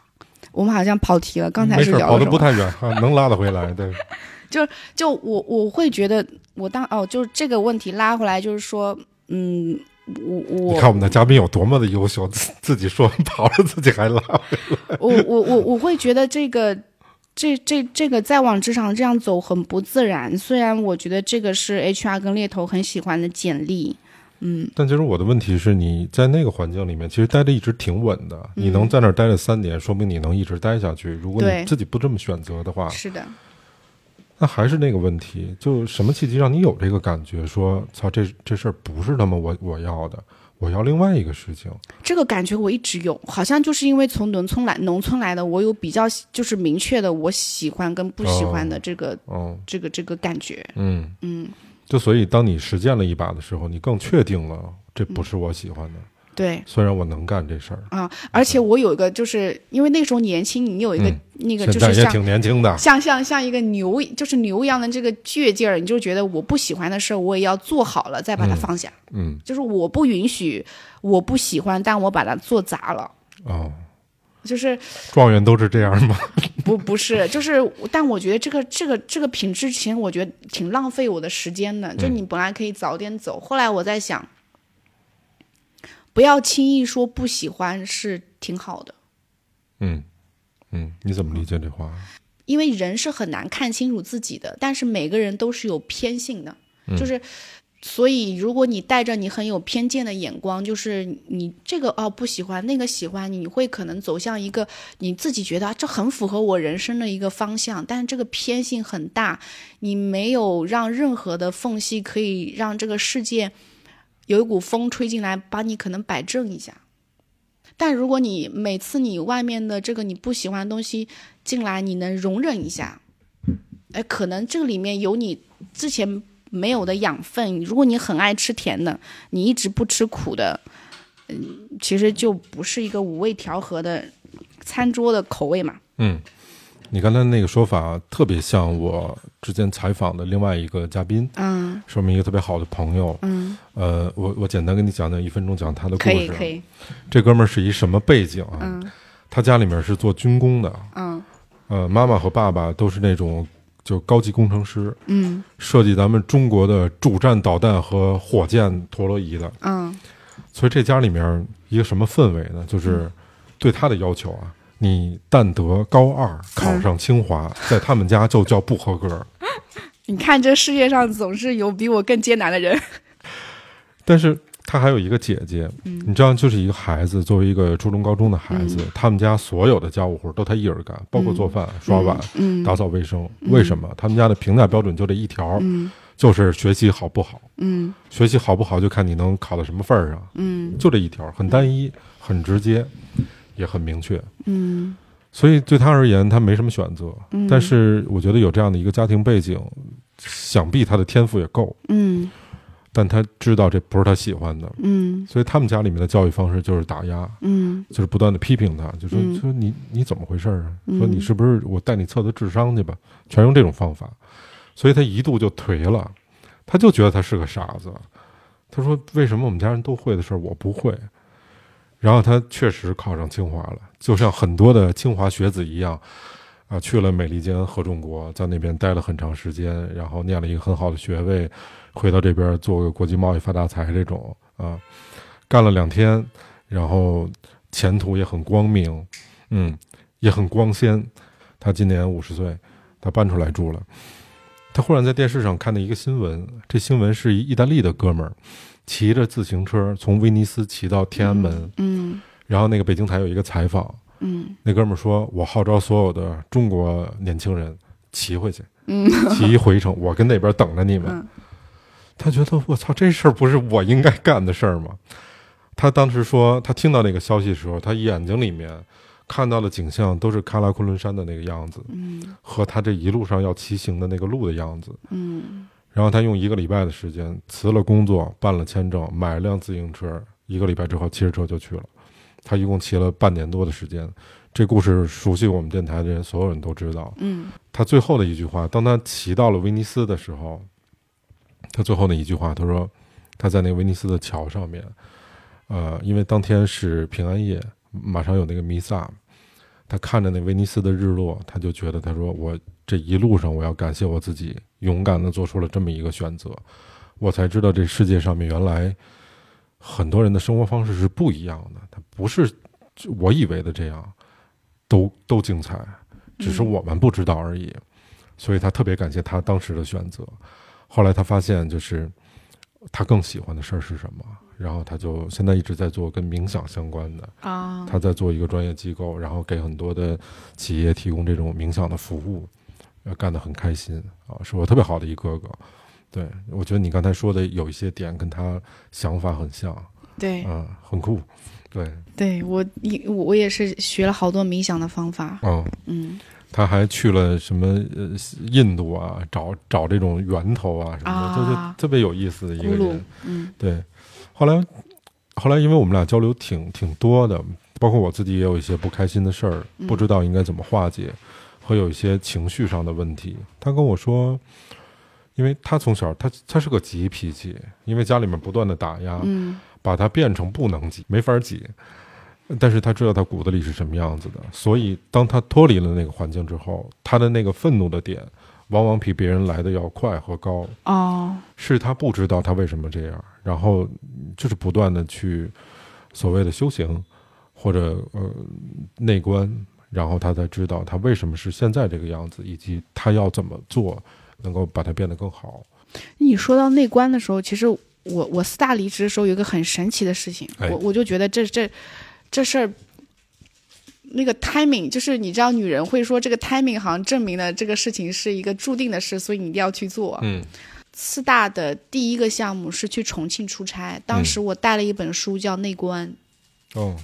[SPEAKER 4] 我们好像跑题了，刚才
[SPEAKER 2] 没
[SPEAKER 4] 是
[SPEAKER 2] 事儿，
[SPEAKER 4] 聊
[SPEAKER 2] 跑得
[SPEAKER 4] 的什
[SPEAKER 2] 不
[SPEAKER 4] 么？
[SPEAKER 2] 太远，啊能拉得回来。对，
[SPEAKER 4] 就我我会觉得，我当哦，就是这个问题拉回来，就是说，嗯，我我
[SPEAKER 2] 你看我们的嘉宾有多么的优秀，自自己说跑了，自己还拉。
[SPEAKER 4] 我我我我会觉得这个这这这个再往职场这样走很不自然。虽然我觉得这个是 HR 跟猎头很喜欢的简历，嗯，
[SPEAKER 2] 但其实我的问题是，你在那个环境里面，其实待的一直挺稳的。你能在那儿待了三年，说明你能一直待下去。如果
[SPEAKER 4] 嗯对
[SPEAKER 2] 你自己不这么选择的话，
[SPEAKER 4] 是的，
[SPEAKER 2] 那还是那个问题，就什么契机让你有这个感觉？说，操，这这事儿不是他妈我我要的，我要另外一个事情。
[SPEAKER 4] 这个感觉我一直有，好像就是因为从农村来农村来的，我有比较就是明确的我喜欢跟不喜欢的这个、
[SPEAKER 2] 嗯
[SPEAKER 4] 这个这个感觉，
[SPEAKER 2] 嗯，
[SPEAKER 4] 嗯，
[SPEAKER 2] 就所以当你实践了一把的时候，你更确定了这不是我喜欢的。
[SPEAKER 4] 嗯对。
[SPEAKER 2] 虽然我能干这事儿，
[SPEAKER 4] 啊、而且我有一个，就是因为那时候年轻，你有一个、
[SPEAKER 2] 嗯
[SPEAKER 4] 那个，
[SPEAKER 2] 现
[SPEAKER 4] 就
[SPEAKER 2] 在
[SPEAKER 4] 是
[SPEAKER 2] 也
[SPEAKER 4] 像
[SPEAKER 2] 挺年轻的。
[SPEAKER 4] 像像像一个牛，就是牛一样的这个倔劲儿，你就觉得我不喜欢的事儿，我也要做好了再把它
[SPEAKER 2] 嗯
[SPEAKER 4] 放下。
[SPEAKER 2] 嗯
[SPEAKER 4] 就是我不允许，我不喜欢，但我把它做砸了。
[SPEAKER 2] 哦，
[SPEAKER 4] 就是
[SPEAKER 2] 状元都是这样吗？
[SPEAKER 4] 不不是，就是，但我觉得这个这个这个品质，其实我觉得挺浪费我的时间的。
[SPEAKER 2] 嗯
[SPEAKER 4] 就你本来可以早点走，后来我在想，不要轻易说不喜欢是挺好的，
[SPEAKER 2] 嗯嗯，你怎么理解这话？
[SPEAKER 4] 因为人是很难看清楚自己的，但是每个人都是有偏性的，就是。所以，如果你带着你很有偏见的眼光，就是你这个哦不喜欢，那个喜欢，你会可能走向一个你自己觉得、啊、这很符合我人生的一个方向，但是这个偏性很大，你没有让任何的缝隙可以让这个世界有一股风吹进来，把你可能摆正一下。但如果你每次你外面的这个你不喜欢的东西进来，你能容忍一下，哎，可能这个里面有你之前没有的养分。如果你很爱吃甜的，你一直不吃苦的，嗯，其实就不是一个五味调和的餐桌的口味嘛。
[SPEAKER 2] 嗯，你刚才那个说法特别像我之前采访的另外一个嘉宾，
[SPEAKER 4] 嗯
[SPEAKER 2] 是我们一个特别好的朋友。
[SPEAKER 4] 嗯，
[SPEAKER 2] 呃，我我简单跟你讲讲，一分钟讲他的故
[SPEAKER 4] 可以
[SPEAKER 2] 事。啊
[SPEAKER 4] 可以，
[SPEAKER 2] 这哥们儿是一什么背景啊？他家里面是做军工的，
[SPEAKER 4] 嗯
[SPEAKER 2] 呃，妈妈和爸爸都是那种就高级工程师，
[SPEAKER 4] 嗯
[SPEAKER 2] 设计咱们中国的主战导弹和火箭陀螺仪的。
[SPEAKER 4] 嗯
[SPEAKER 2] 所以这家里面一个什么氛围呢？
[SPEAKER 4] 嗯
[SPEAKER 2] 就是对他的要求啊，你但得高二考上清华，
[SPEAKER 4] 嗯
[SPEAKER 2] 在他们家就叫不合格。
[SPEAKER 4] 你看这世界上总是有比我更艰难的人。
[SPEAKER 2] 但是他还有一个姐姐，
[SPEAKER 4] 嗯
[SPEAKER 2] 你知道，就是一个孩子，作为一个初中、高中的孩子，他们家所有的家务活都他一人干，包括做饭、刷碗、
[SPEAKER 4] 嗯
[SPEAKER 2] 打扫卫生。为什么？他们家的评价标准就这一条，就是学习好不好，
[SPEAKER 4] 嗯
[SPEAKER 2] 学习好不好就看你能考到什么份儿上，
[SPEAKER 4] 嗯
[SPEAKER 2] 就这一条，很单一，很直接，也很明确。
[SPEAKER 4] 嗯
[SPEAKER 2] 所以对他而言，他没什么选择。
[SPEAKER 4] 嗯
[SPEAKER 2] 但是我觉得有这样的一个家庭背景，想必他的天赋也够，
[SPEAKER 4] 嗯
[SPEAKER 2] 但他知道这不是他喜欢的，
[SPEAKER 4] 嗯
[SPEAKER 2] 所以他们家里面的教育方式就是打压，
[SPEAKER 4] 嗯
[SPEAKER 2] 就是不断的批评他，就说、
[SPEAKER 4] 嗯
[SPEAKER 2] 说你你怎么回事儿啊？
[SPEAKER 4] 嗯
[SPEAKER 2] 说你是不是我带你测测智商去吧？全用这种方法，所以他一度就颓了，他就觉得他是个傻子。他说为什么我们家人都会的事儿我不会？然后他确实考上清华了，就像很多的清华学子一样，啊，去了美利坚合众国，在那边待了很长时间，然后念了一个很好的学位，回到这边做个国际贸易发大财这种啊，干了两天，然后前途也很光明，嗯，也很光鲜。他今年五十岁，他搬出来住了。他忽然在电视上看到一个新闻，这新闻是一意大利的哥们儿骑着自行车从威尼斯骑到天安门，
[SPEAKER 4] 嗯
[SPEAKER 2] 然后那个北京台有一个采访，
[SPEAKER 4] 嗯
[SPEAKER 2] 那哥们儿说：“我号召所有的中国年轻人骑回去， 骑一回程，我跟那边等着你们。
[SPEAKER 4] 嗯
[SPEAKER 2] 他觉得我操，这事儿不是我应该干的事儿吗？他当时说，他听到那个消息的时候，他眼睛里面看到的景象都是喀拉昆仑山的那个样子，
[SPEAKER 4] 嗯
[SPEAKER 2] 和他这一路上要骑行的那个路的样子。
[SPEAKER 4] 嗯
[SPEAKER 2] 然后他用一个礼拜的时间辞了工作，办了签证，买了辆自行车，一个礼拜之后骑着车就去了。他一共骑了半年多的时间。这故事熟悉我们电台的人，所有人都知道。
[SPEAKER 4] 嗯
[SPEAKER 2] 他最后的一句话，当他骑到了威尼斯的时候，他最后的一句话，他说他在那个威尼斯的桥上面，呃，因为当天是平安夜，马上有那个弥撒，他看着那威尼斯的日落，他就觉得他说我这一路上我要感谢我自己，勇敢的做出了这么一个选择，我才知道这世界上面原来很多人的生活方式是不一样的，他不是就我以为的这样，都都精彩。只是我们不知道而已。所以他特别感谢他当时的选择。后来他发现，就是他更喜欢的事儿是什么，然后他就现在一直在做跟冥想相关的，
[SPEAKER 4] 啊
[SPEAKER 2] 他在做一个专业机构，然后给很多的企业提供这种冥想的服务，呃，干得很开心啊，是我特别好的一哥哥。对，我觉得你刚才说的有一些点跟他想法很像，
[SPEAKER 4] 对
[SPEAKER 2] 嗯，很酷，对，
[SPEAKER 4] 对我一我我也是学了好多冥想的方法，
[SPEAKER 2] 嗯，
[SPEAKER 4] 嗯
[SPEAKER 2] 他还去了什么呃印度啊，找找这种源头啊什么的，
[SPEAKER 4] 啊
[SPEAKER 2] 就是特别有意思的一个
[SPEAKER 4] 咕噜
[SPEAKER 2] 人。
[SPEAKER 4] 嗯
[SPEAKER 2] 对，后来后来因为我们俩交流挺挺多的，包括我自己也有一些不开心的事儿，
[SPEAKER 4] 嗯
[SPEAKER 2] 不知道应该怎么化解，和有一些情绪上的问题。他跟我说，因为他从小他他是个急脾气，因为家里面不断的打压，
[SPEAKER 4] 嗯
[SPEAKER 2] 把它变成不能挤，没法挤。但是他知道他骨子里是什么样子的，所以当他脱离了那个环境之后，他的那个愤怒的点，往往比别人来的要快和高。
[SPEAKER 4] 哦
[SPEAKER 2] 是他不知道他为什么这样，然后嗯就是不断的去所谓的修行或者呃内观，然后他才知道他为什么是现在这个样子，以及他要怎么做能够把它变得更好。
[SPEAKER 4] 你说到内观的时候，其实我我四大离职的时候有一个很神奇的事情，
[SPEAKER 2] 哎
[SPEAKER 4] 我我就觉得这这这事儿。那个 timing 就是你知道，女人会说这个 timing 好像证明了这个事情是一个注定的事，所以你一定要去做。
[SPEAKER 2] 嗯
[SPEAKER 4] 四大的第一个项目是去重庆出差，当时我带了一本书叫《内观》，
[SPEAKER 2] 哦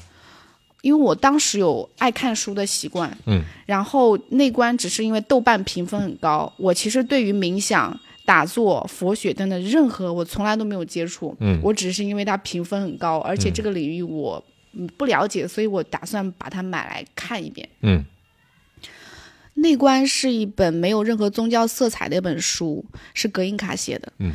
[SPEAKER 4] 因为我当时有爱看书的习惯，
[SPEAKER 2] 嗯
[SPEAKER 4] 然后内观只是因为豆瓣评分很高，我其实对于冥想、打坐、佛学等等任何我从来都没有接触，
[SPEAKER 2] 嗯
[SPEAKER 4] 我只是因为它评分很高，而且这个领域我嗯不了解，所以我打算把它买来看一遍。
[SPEAKER 2] 嗯
[SPEAKER 4] 内观是一本没有任何宗教色彩的一本书，是格印卡写的。
[SPEAKER 2] 嗯，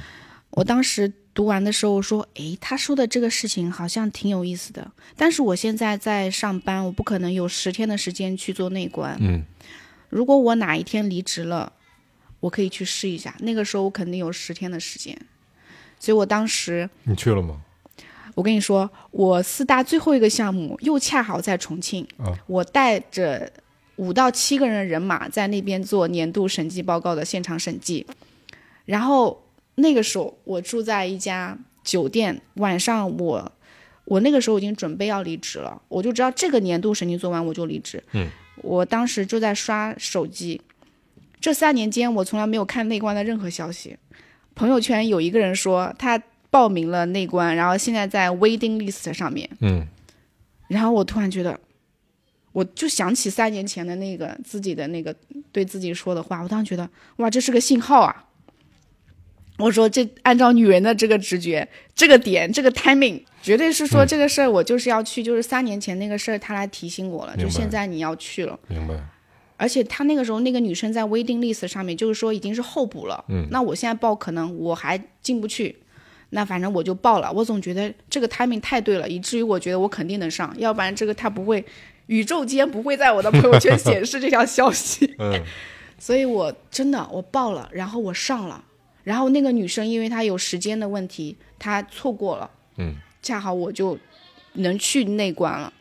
[SPEAKER 4] 我当时读完的时候说，诶，他说的这个事情好像挺有意思的，但是我现在在上班，我不可能有十天的时间去做内观。
[SPEAKER 2] 嗯
[SPEAKER 4] 如果我哪一天离职了，我可以去试一下，那个时候我肯定有十天的时间。所以我当时，
[SPEAKER 2] 你去了吗？
[SPEAKER 4] 我跟你说，我四大最后一个项目又恰好在重庆，
[SPEAKER 2] 啊
[SPEAKER 4] 我带着五到七个人的人马在那边做年度审计报告的现场审计。然后那个时候我住在一家酒店，晚上我我那个时候已经准备要离职了，我就知道这个年度审计做完我就离职。
[SPEAKER 2] 嗯，
[SPEAKER 4] 我当时就在刷手机，这三年间我从来没有看内观的任何消息。朋友圈有一个人说他报名了内观，然后现在在 waiting list 上面，
[SPEAKER 2] 嗯
[SPEAKER 4] 然后我突然觉得，我就想起三年前的那个自己的那个对自己说的话，我当时觉得，哇，这是个信号啊！我说这按照女人的这个直觉、这个点、这个 timing，绝对是说
[SPEAKER 2] 嗯
[SPEAKER 4] 这个事儿我就是要去，就是三年前那个事儿他来提醒我了，
[SPEAKER 2] 明
[SPEAKER 4] 就
[SPEAKER 2] 白
[SPEAKER 4] 现在你要去了。
[SPEAKER 2] 明白，
[SPEAKER 4] 而且他那个时候那个女生在 waiting list 上面，就是说已经是候补了。
[SPEAKER 2] 嗯
[SPEAKER 4] 那我现在报可能我还进不去，那反正我就报了。我总觉得这个 timing 太对了，以至于我觉得我肯定能上，要不然这个他不会，宇宙间不会在我的朋 友圈显示这条消息。
[SPEAKER 2] 嗯
[SPEAKER 4] 所以我真的我报了，然后我上了，然后那个女生因为她有时间的问题，她错过了。
[SPEAKER 2] 嗯，
[SPEAKER 4] 恰好我就能去内关了。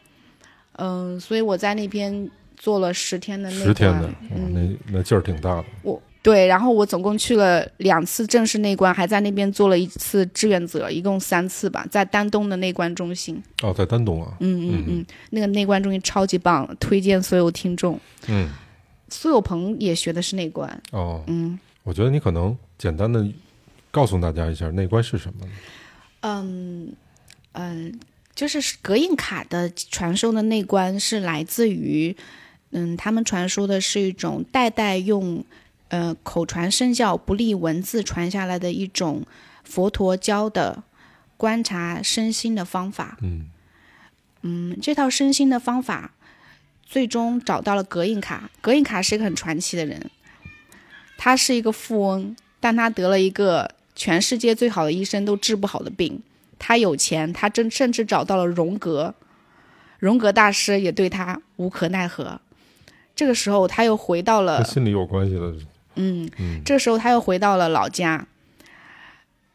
[SPEAKER 4] 嗯，所以我在那边做了十天的内观。
[SPEAKER 2] 十天的，哇
[SPEAKER 4] 嗯，
[SPEAKER 2] 那那劲儿挺大的，
[SPEAKER 4] 我对，然后我总共去了两次正式内关，还在那边做了一次志愿者，一共三次吧，在丹东的内关中心。
[SPEAKER 2] 哦，在丹东啊，嗯
[SPEAKER 4] 嗯嗯嗯，那个内关中心超级棒，推荐所有听众。
[SPEAKER 2] 嗯
[SPEAKER 4] 苏有朋也学的是内关，
[SPEAKER 2] 哦，
[SPEAKER 4] 嗯
[SPEAKER 2] 我觉得你可能简单的告诉大家一下内观是什么呢？
[SPEAKER 4] 嗯嗯，就是隔印卡的传授的内关是来自于，嗯，他们传说的是一种代代用，呃，口传身教不立文字传下来的一种佛陀教的观察身心的方法。
[SPEAKER 2] 嗯
[SPEAKER 4] 嗯，这套身心的方法，最终找到了格印卡。格印卡是一个很传奇的人，他是一个富翁，但他得了一个全世界最好的医生都治不好的病。他有钱，他真甚至找到了荣格，荣格大师也对他无可奈何。这个时候，他又回到了
[SPEAKER 2] 跟心理有关系的，
[SPEAKER 4] 嗯，
[SPEAKER 2] 嗯
[SPEAKER 4] 这时候他又回到了老家。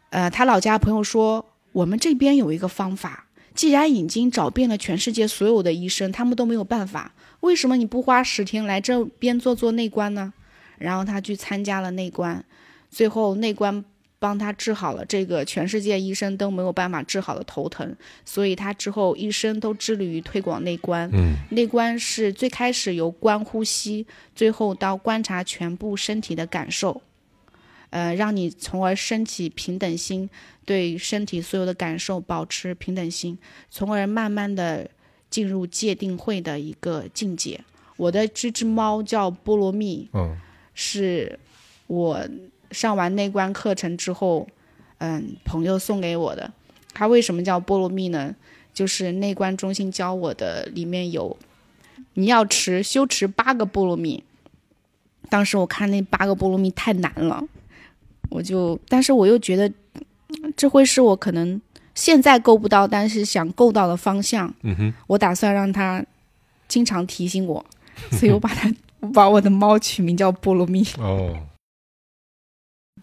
[SPEAKER 4] 呃，他老家朋友说，我们这边有一个方法，既然已经找遍了全世界所有的医生，他们都没有办法，为什么你不花十天来这边做做内观呢？然后他去参加了内观，最后内观帮他治好了这个全世界医生都没有办法治好的头疼，所以他之后一生都致力于推广内观。
[SPEAKER 2] 嗯
[SPEAKER 4] 内观是最开始由观呼吸，最后到观察全部身体的感受，呃，让你从而升起平等心，对身体所有的感受保持平等心，从而慢慢的进入界定会的一个境界。我的这只猫叫菠萝蜜，
[SPEAKER 2] 嗯
[SPEAKER 4] 是我上完内观课程之后，嗯，朋友送给我的。它为什么叫菠萝蜜呢？就是内观中心教我的，里面有你要持修持八个菠萝蜜。当时我看那八个菠萝蜜太难了，我就，但是我又觉得嗯这会是我可能现在够不到，但是想够到的方向。
[SPEAKER 2] 嗯哼，
[SPEAKER 4] 我打算让它经常提醒我，所以我把它我把我的 猫取名叫菠萝蜜。
[SPEAKER 2] 哦，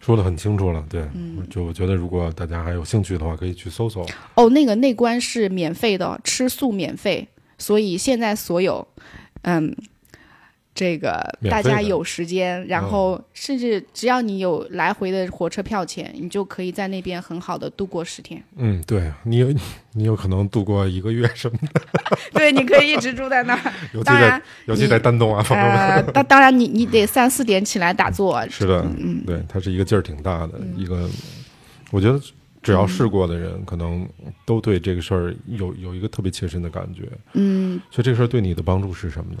[SPEAKER 2] 说的很清楚了，对，
[SPEAKER 4] 嗯
[SPEAKER 2] 就我觉得如果大家还有兴趣的话，可以去搜搜，
[SPEAKER 4] 哦，那个内观是免费的，吃素免费，所以现在所有，嗯，这个
[SPEAKER 2] 免
[SPEAKER 4] 大
[SPEAKER 2] 费
[SPEAKER 4] 家
[SPEAKER 2] 的哦
[SPEAKER 4] 有时间，然后甚至只要你有来回的火车票钱，你就可以在那边很好的度过十天。
[SPEAKER 2] 嗯，对你有 你有可能度过一个月什么的，
[SPEAKER 4] 对，你可以一直住在那儿。
[SPEAKER 2] 尤其
[SPEAKER 4] 当然
[SPEAKER 2] 在，尤其在丹东啊，朋友们，
[SPEAKER 4] 呃，当当然你你得三四点起来打坐。
[SPEAKER 2] 是的，
[SPEAKER 4] 嗯，
[SPEAKER 2] 对，它是一个劲儿挺大的、
[SPEAKER 4] 嗯
[SPEAKER 2] 一个，我觉得只要试过的人，可能都对这个事儿有有一个特别切身的感觉，
[SPEAKER 4] 嗯，
[SPEAKER 2] 所以这个事儿对你的帮助是什么呢？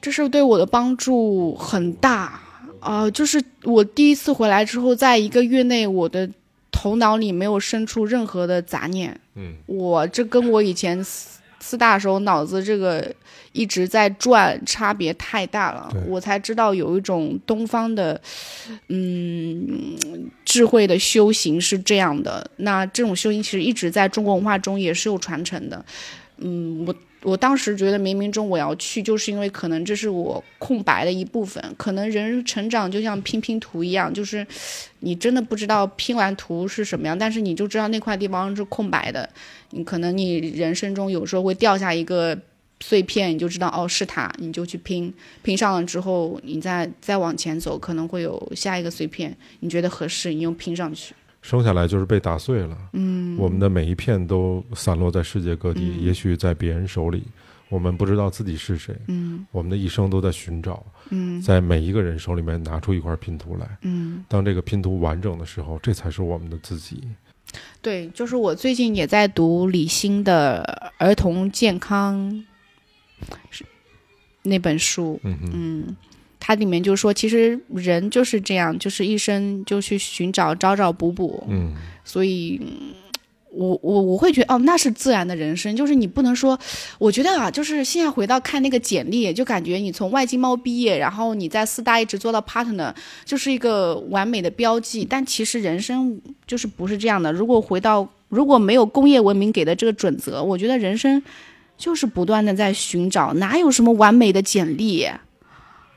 [SPEAKER 4] 这事儿对我的帮助很大啊、呃就是我第一次回来之后，在一个月内，我的头脑里没有生出任何的杂念。
[SPEAKER 2] 嗯
[SPEAKER 4] 我这跟我以前四四大时候脑子这个一直在转差别太大了
[SPEAKER 2] 对，
[SPEAKER 4] 我才知道有一种东方的，嗯，智慧的修行是这样的。那这种修行其实一直在中国文化中也是有传承的。嗯，我我当时觉得冥冥中我要去，就是因为可能这是我空白的一部分。可能人成长就像拼拼图一样，就是你真的不知道拼完图是什么样，但是你就知道那块地方是空白的。你可能你人生中有时候会掉下一个碎片，你就知道哦是它，你就去拼，拼上了之后，你再再往前走，可能会有下一个碎片，你觉得合适，你又拼上去。
[SPEAKER 2] 生下来就是被打碎了，嗯，我们的每一片都散落在世界各地，也许在别人手里，我们不知道自己是谁，
[SPEAKER 1] 嗯
[SPEAKER 2] 我们的一生都在寻找，
[SPEAKER 1] 嗯
[SPEAKER 2] 在每一个人手里面拿出一块拼图来。
[SPEAKER 1] 嗯，
[SPEAKER 2] 当这个拼图完整的时候，这才是我们的自己。
[SPEAKER 1] 对，
[SPEAKER 4] 就是我最近也在读李欣的《儿童健康》是那本书，
[SPEAKER 2] 嗯哼，
[SPEAKER 4] 嗯，它里面就说，其实人就是这样，就是一生就去寻找，找找补补，
[SPEAKER 2] 嗯
[SPEAKER 4] 所以。嗯我我我会觉得哦，那是自然的人生，就是你不能说，我觉得啊，就是现在回到看那个简历，就感觉你从外经贸毕业，然后你在四大一直做到 partner，就是一个完美的标记。但其实人生就是不是这样的。如果回到如果没有工业文明给的这个准则，我觉得人生就是不断的在寻找，哪有什么完美的简历？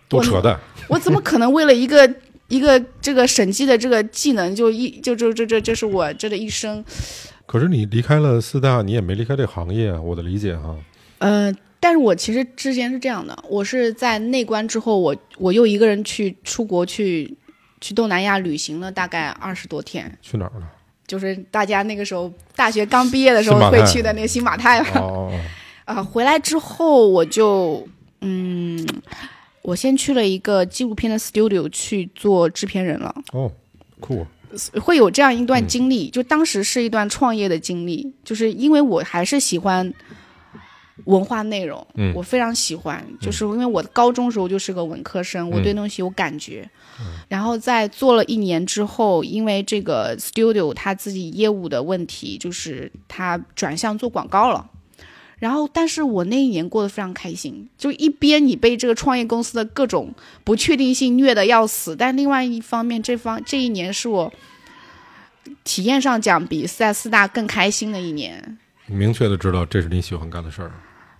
[SPEAKER 2] 多扯淡！
[SPEAKER 4] 我怎么可能为了一个一个这个审计的这个技能就一就就这这这是我这的一生？
[SPEAKER 2] 可是你离开了四大，你也没离开这行业啊。我的理解哈，
[SPEAKER 4] 呃，但是我其实之前是这样的，我是在内关之后，我我又一个人去出国去去东南亚旅行了大概二十多天，
[SPEAKER 2] 去哪儿了？
[SPEAKER 4] 就是大家那个时候大学刚毕业的时候
[SPEAKER 2] 新马泰
[SPEAKER 4] 会去的那个新马泰嘛。
[SPEAKER 2] 哦哦哦，
[SPEAKER 4] 啊、回来之后我就嗯，我先去了一个纪录片的 studio 去做制片人了。
[SPEAKER 2] 哦，酷，
[SPEAKER 4] 会有这样一段经历，就当时是一段创业的经历，就是因为我还是喜欢文化内容，
[SPEAKER 2] 嗯
[SPEAKER 4] 我非常喜欢，就是因为我高中时候就是个文科生，我对东西有感觉。然后在做了一年之后，因为这个 studio 他自己业务的问题，就是他转向做广告了。然后，但是我那一年过得非常开心，就一边你被这个创业公司的各种不确定性虐得要死，但另外一方面，这方这一年是我体验上讲比在四大更开心的一年。
[SPEAKER 2] 你明确的知道这是你喜欢干的事儿。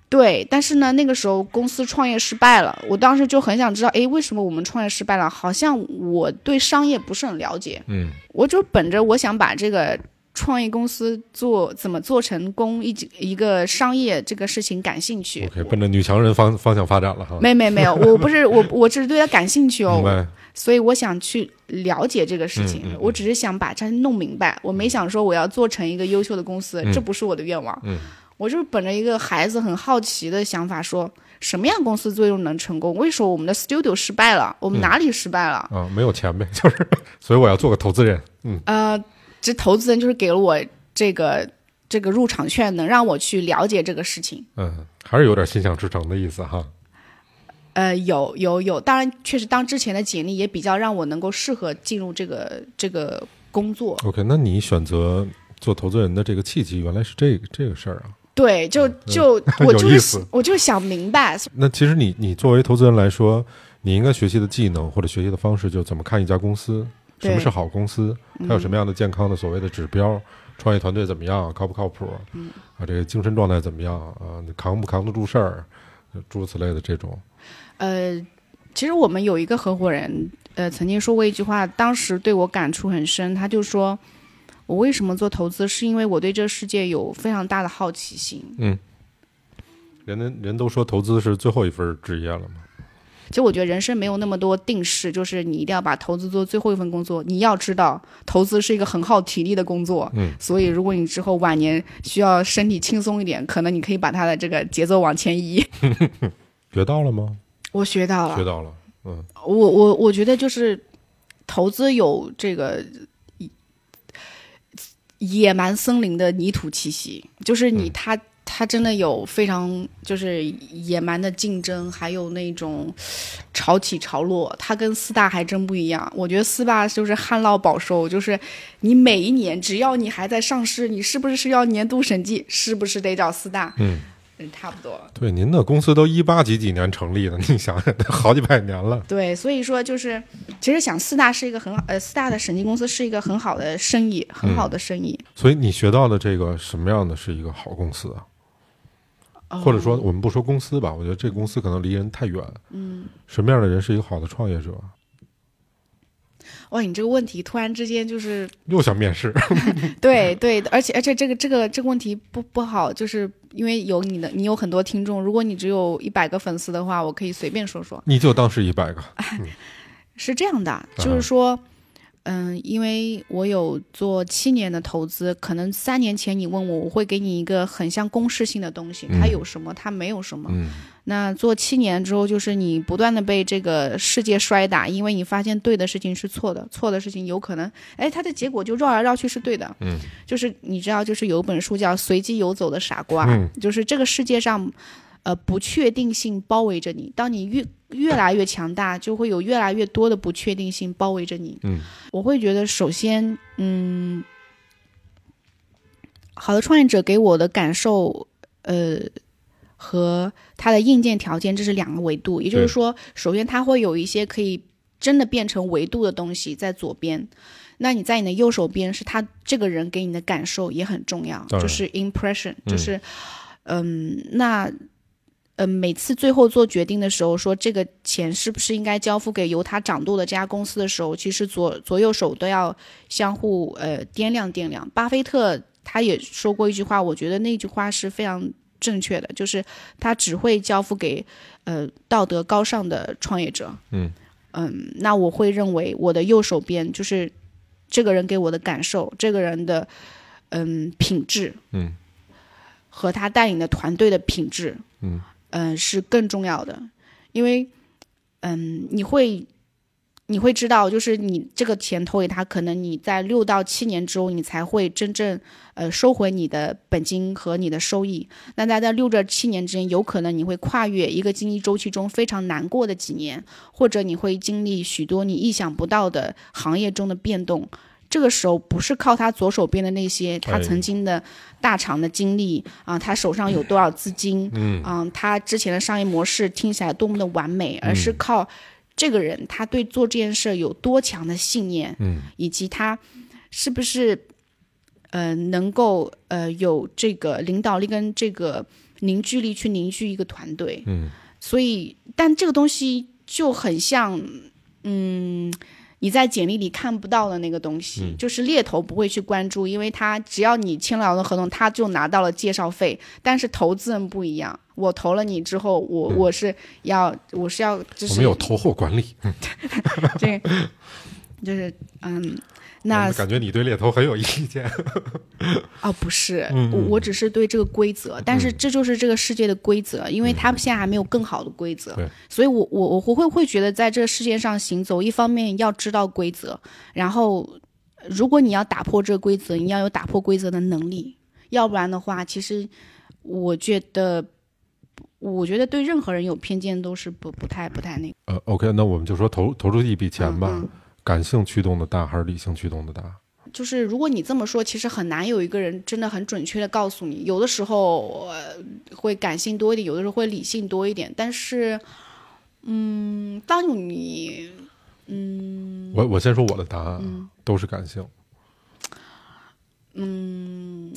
[SPEAKER 4] 对，但是呢，那个时候公司创业失败了，我当时就很想知道，诶，为什么我们创业失败了？好像我对商业不是很了解，
[SPEAKER 2] 嗯
[SPEAKER 4] 我就本着我想把这个创业公司做怎么做成功一一个商业这个事情感兴趣。
[SPEAKER 2] ，OK，奔着女强人方方向发展了哈。
[SPEAKER 4] 没没没有，我不是我，我只是对它感兴趣哦
[SPEAKER 2] 明，白，
[SPEAKER 4] 所以我想去了解这个事情，
[SPEAKER 2] 嗯嗯嗯
[SPEAKER 4] 我只是想把它弄明白，我没想说我要做成一个优秀的公司，
[SPEAKER 2] 嗯
[SPEAKER 4] 这不是我的愿望。
[SPEAKER 2] 嗯
[SPEAKER 4] 我就是本着一个孩子很好奇的想法说，什么样公司最终能成功？为什么我们的 studio 失败
[SPEAKER 2] 嗯
[SPEAKER 4] 了？我们哪里失败了？
[SPEAKER 2] 啊，没有钱呗，就是，所以我要做个投资人。嗯
[SPEAKER 4] 呃，这投资人就是给了我这个这个入场券，能让我去了解这个事情。
[SPEAKER 2] 嗯，还是有点心想事成的意思哈。
[SPEAKER 4] 呃，有有有，当然确实，当之前的简历也比较让我能够适合进入这个这个工作。
[SPEAKER 2] OK，那你选择做投资人的这个契机，原来是这个这个事儿啊。
[SPEAKER 4] 对，就就我
[SPEAKER 2] 有
[SPEAKER 4] 就
[SPEAKER 2] 意
[SPEAKER 4] 是
[SPEAKER 2] 思
[SPEAKER 4] 想我就想明白，
[SPEAKER 2] 那其实你你作为投资人来说，你应该学习的技能或者学习的方式，就怎么看一家公司，什
[SPEAKER 4] 对嗯
[SPEAKER 2] 么是好公司，它有什么样的健康的所谓的指标，创业团队怎么样，靠不靠谱，
[SPEAKER 4] 嗯
[SPEAKER 2] 啊，这个精神状态怎么样啊，你扛不扛得住事儿，呃诸如此类的这种。
[SPEAKER 4] 呃，其实我们有一个合伙人，呃，曾经说过一句话，当时对我感触很深。他就说，我为什么做投资，是因为我对这个世界有非常大的好奇心。
[SPEAKER 2] 嗯人人人都说投资是最后一份职业了嘛，
[SPEAKER 4] 其实我觉得人生没有那么多定式，就是你一定要把投资做最后一份工作。你要知道，投资是一个很耗体力的工作，
[SPEAKER 2] 嗯，
[SPEAKER 4] 所以如果你之后晚年需要身体轻松一点，可能你可以把它的这个节奏往前移。
[SPEAKER 2] 学到了吗？
[SPEAKER 4] 我学到了
[SPEAKER 2] 学，到了，嗯，
[SPEAKER 4] 我我我觉得就是投资有这个野野蛮森林的泥土气息，就是你它它真的有非常就是野蛮的竞争，还有那种潮起潮落，它跟四大还真不一样。我觉得四大就是旱涝保收，就是你每一年只要你还在上市，你是不是要年度审计？是不是得找四大？
[SPEAKER 2] 嗯
[SPEAKER 4] 嗯，差不多。
[SPEAKER 2] 对，您的公司都一八几几年成立的， 你想想，都好几百年了。
[SPEAKER 4] 对，所以说就是，其实想四大是一个很好，呃，四大的审计公司是一个很好的生意，很好的生意。
[SPEAKER 2] 所以你学到的这个什么样的是一个好公司啊？
[SPEAKER 4] 哦
[SPEAKER 2] 或者说，我们不说公司吧，我觉得这公司可能离人太远。嗯，什么样的人是一个好的创业者？
[SPEAKER 4] 哇，你这个问题突然之间就是，
[SPEAKER 2] 又想面试，
[SPEAKER 4] 对对，而且而且这个这个这个问题不不好，就是因为有你的，你有很多听众，如果你只有一百个粉丝的话，我可以随便说说。
[SPEAKER 2] 你就当是一百个。嗯
[SPEAKER 4] 是这样的，
[SPEAKER 2] 哈
[SPEAKER 4] 就是说，嗯，因为我有做七年的投资，可能三年前你问我，我会给你一个很像公式性的东西，它
[SPEAKER 2] 嗯
[SPEAKER 4] 有什么，它没有什么。
[SPEAKER 2] 嗯
[SPEAKER 4] 那做七年之后，就是你不断的被这个世界摔打，因为你发现对的事情是错的，错的事情有可能，哎，它的结果就绕来绕去是对的。
[SPEAKER 2] 嗯，
[SPEAKER 4] 就是你知道，就是有本书叫《随机游走的傻瓜》，
[SPEAKER 2] 嗯
[SPEAKER 4] 就是这个世界上，呃，不确定性包围着你，当你越越来越强大，就会有越来越多的不确定性包围着你。
[SPEAKER 2] 嗯，
[SPEAKER 4] 我会觉得，首先，嗯，好的创业者给我的感受，呃。和它的硬件条件，这是两个维度。也就是
[SPEAKER 2] 对
[SPEAKER 4] 说，首先它会有一些可以真的变成维度的东西在左边，那你在你的右手边是他这个人给你的感受也很重要，
[SPEAKER 2] 当然
[SPEAKER 4] 就是 impression，
[SPEAKER 2] 嗯
[SPEAKER 4] 就是嗯那。呃，每次最后做决定的时候，说这个钱是不是应该交付给由他掌舵的这家公司的时候，其实左左右手都要相互呃掂量掂量。巴菲特他也说过一句话，我觉得那句话是非常正确的，就是他只会交付给呃道德高尚的创业者。
[SPEAKER 2] 嗯
[SPEAKER 4] 嗯那我会认为我的右手边就是这个人给我的感受，这个人的嗯品质
[SPEAKER 2] 嗯
[SPEAKER 4] 和他带领的团队的品质，
[SPEAKER 2] 嗯
[SPEAKER 4] 嗯是更重要的，因为嗯你会。你会知道，就是你这个钱投给他，可能你在六到七年之后，你才会真正呃收回你的本金和你的收益。那在在六至七年之间，有可能你会跨越一个经济周期中非常难过的几年，或者你会经历许多你意想不到的行业中的变动。这个时候不是靠他左手边的那些他
[SPEAKER 2] 哎
[SPEAKER 4] 曾经的大厂的经历啊、他手上有多少资金，
[SPEAKER 2] 嗯
[SPEAKER 4] 嗯，他之前的商业模式听起来多么的完美，
[SPEAKER 2] 嗯
[SPEAKER 4] 而是靠这个人他对做这件事儿有多强的信念，
[SPEAKER 2] 嗯
[SPEAKER 4] 以及他是不是呃能够呃有这个领导力跟这个凝聚力去凝聚一个团队。
[SPEAKER 2] 嗯
[SPEAKER 4] 所以，但这个东西就很像，嗯，你在简历里看不到的那个东西，
[SPEAKER 2] 嗯
[SPEAKER 4] 就是猎头不会去关注，因为他只要你签了劳动合同，他就拿到了介绍费。但是投资人不一样，我投了你之后，我、我是要我是要
[SPEAKER 2] 嗯我
[SPEAKER 4] 就是
[SPEAKER 2] 们有投后管理，
[SPEAKER 4] 这个就是嗯，
[SPEAKER 2] 我
[SPEAKER 4] 那
[SPEAKER 2] 感觉你对猎头很有意见。
[SPEAKER 4] 啊，不是，我我只是对这个规则，但是这就是这个世界的规则，因为他们现在还没有更好的规则，
[SPEAKER 2] 对
[SPEAKER 4] 所以我我我会会觉得在这个世界上行走，一方面要知道规则，然后呃如果你要打破这个规则，你要有打破规则的能力，要不然的话，其实我觉得，我觉得对任何人有偏见都是不不太不太那个，
[SPEAKER 2] 呃，OK，那我们就说投投出去一笔钱吧，
[SPEAKER 4] 嗯嗯
[SPEAKER 2] 感性驱动的大还是理性驱动的大？
[SPEAKER 4] 就是如果你这么说，其实很难有一个人真的很准确的告诉你。有的时候、呃、会感性多一点，有的时候会理性多一点。但是，嗯，当你
[SPEAKER 2] 我我先说我的答案，啊，都是感性。嗯，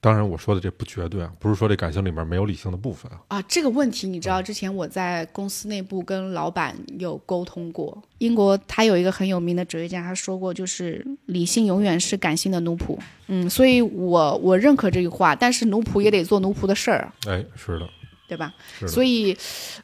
[SPEAKER 2] 当然我说的这不绝对啊，不是说这感性里面没有理性的部分啊。
[SPEAKER 4] 啊这个问题，你知道之前我在公司内部跟老板有沟通过。英国他有一个很有名的哲学家，他说过，就是理性永远是感性的奴仆。嗯，所以我我认可这句话，但是奴仆也得做奴仆的事儿，啊
[SPEAKER 2] 哎，是的，
[SPEAKER 4] 对吧？
[SPEAKER 2] 是的。
[SPEAKER 4] 所以，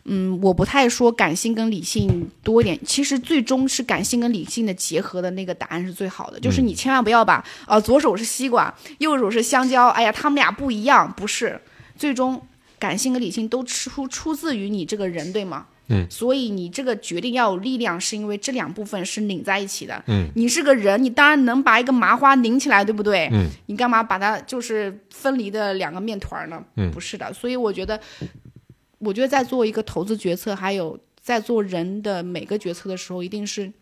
[SPEAKER 4] 嗯，我不太说感性跟理性多一点。其实最终是感性跟理性的结合的那个答案是最好的。就是你千万不要把呃左手是西瓜，右手是香蕉，哎呀，他们俩不一样，不是。最终感性跟理性都出出自于你这个人，对吗？
[SPEAKER 2] 嗯
[SPEAKER 4] 所以你这个决定要有力量，是因为这两部分是拧在一起的。
[SPEAKER 2] 嗯，
[SPEAKER 4] 你是个人，你当然能把一个麻花拧起来，对不对？
[SPEAKER 2] 嗯，
[SPEAKER 4] 你干嘛把它就是分离的两个面团儿呢？
[SPEAKER 2] 嗯
[SPEAKER 4] 不是的。所以我觉得，我觉得在做一个投资决策，还有在做人的每个决策的时候，一定是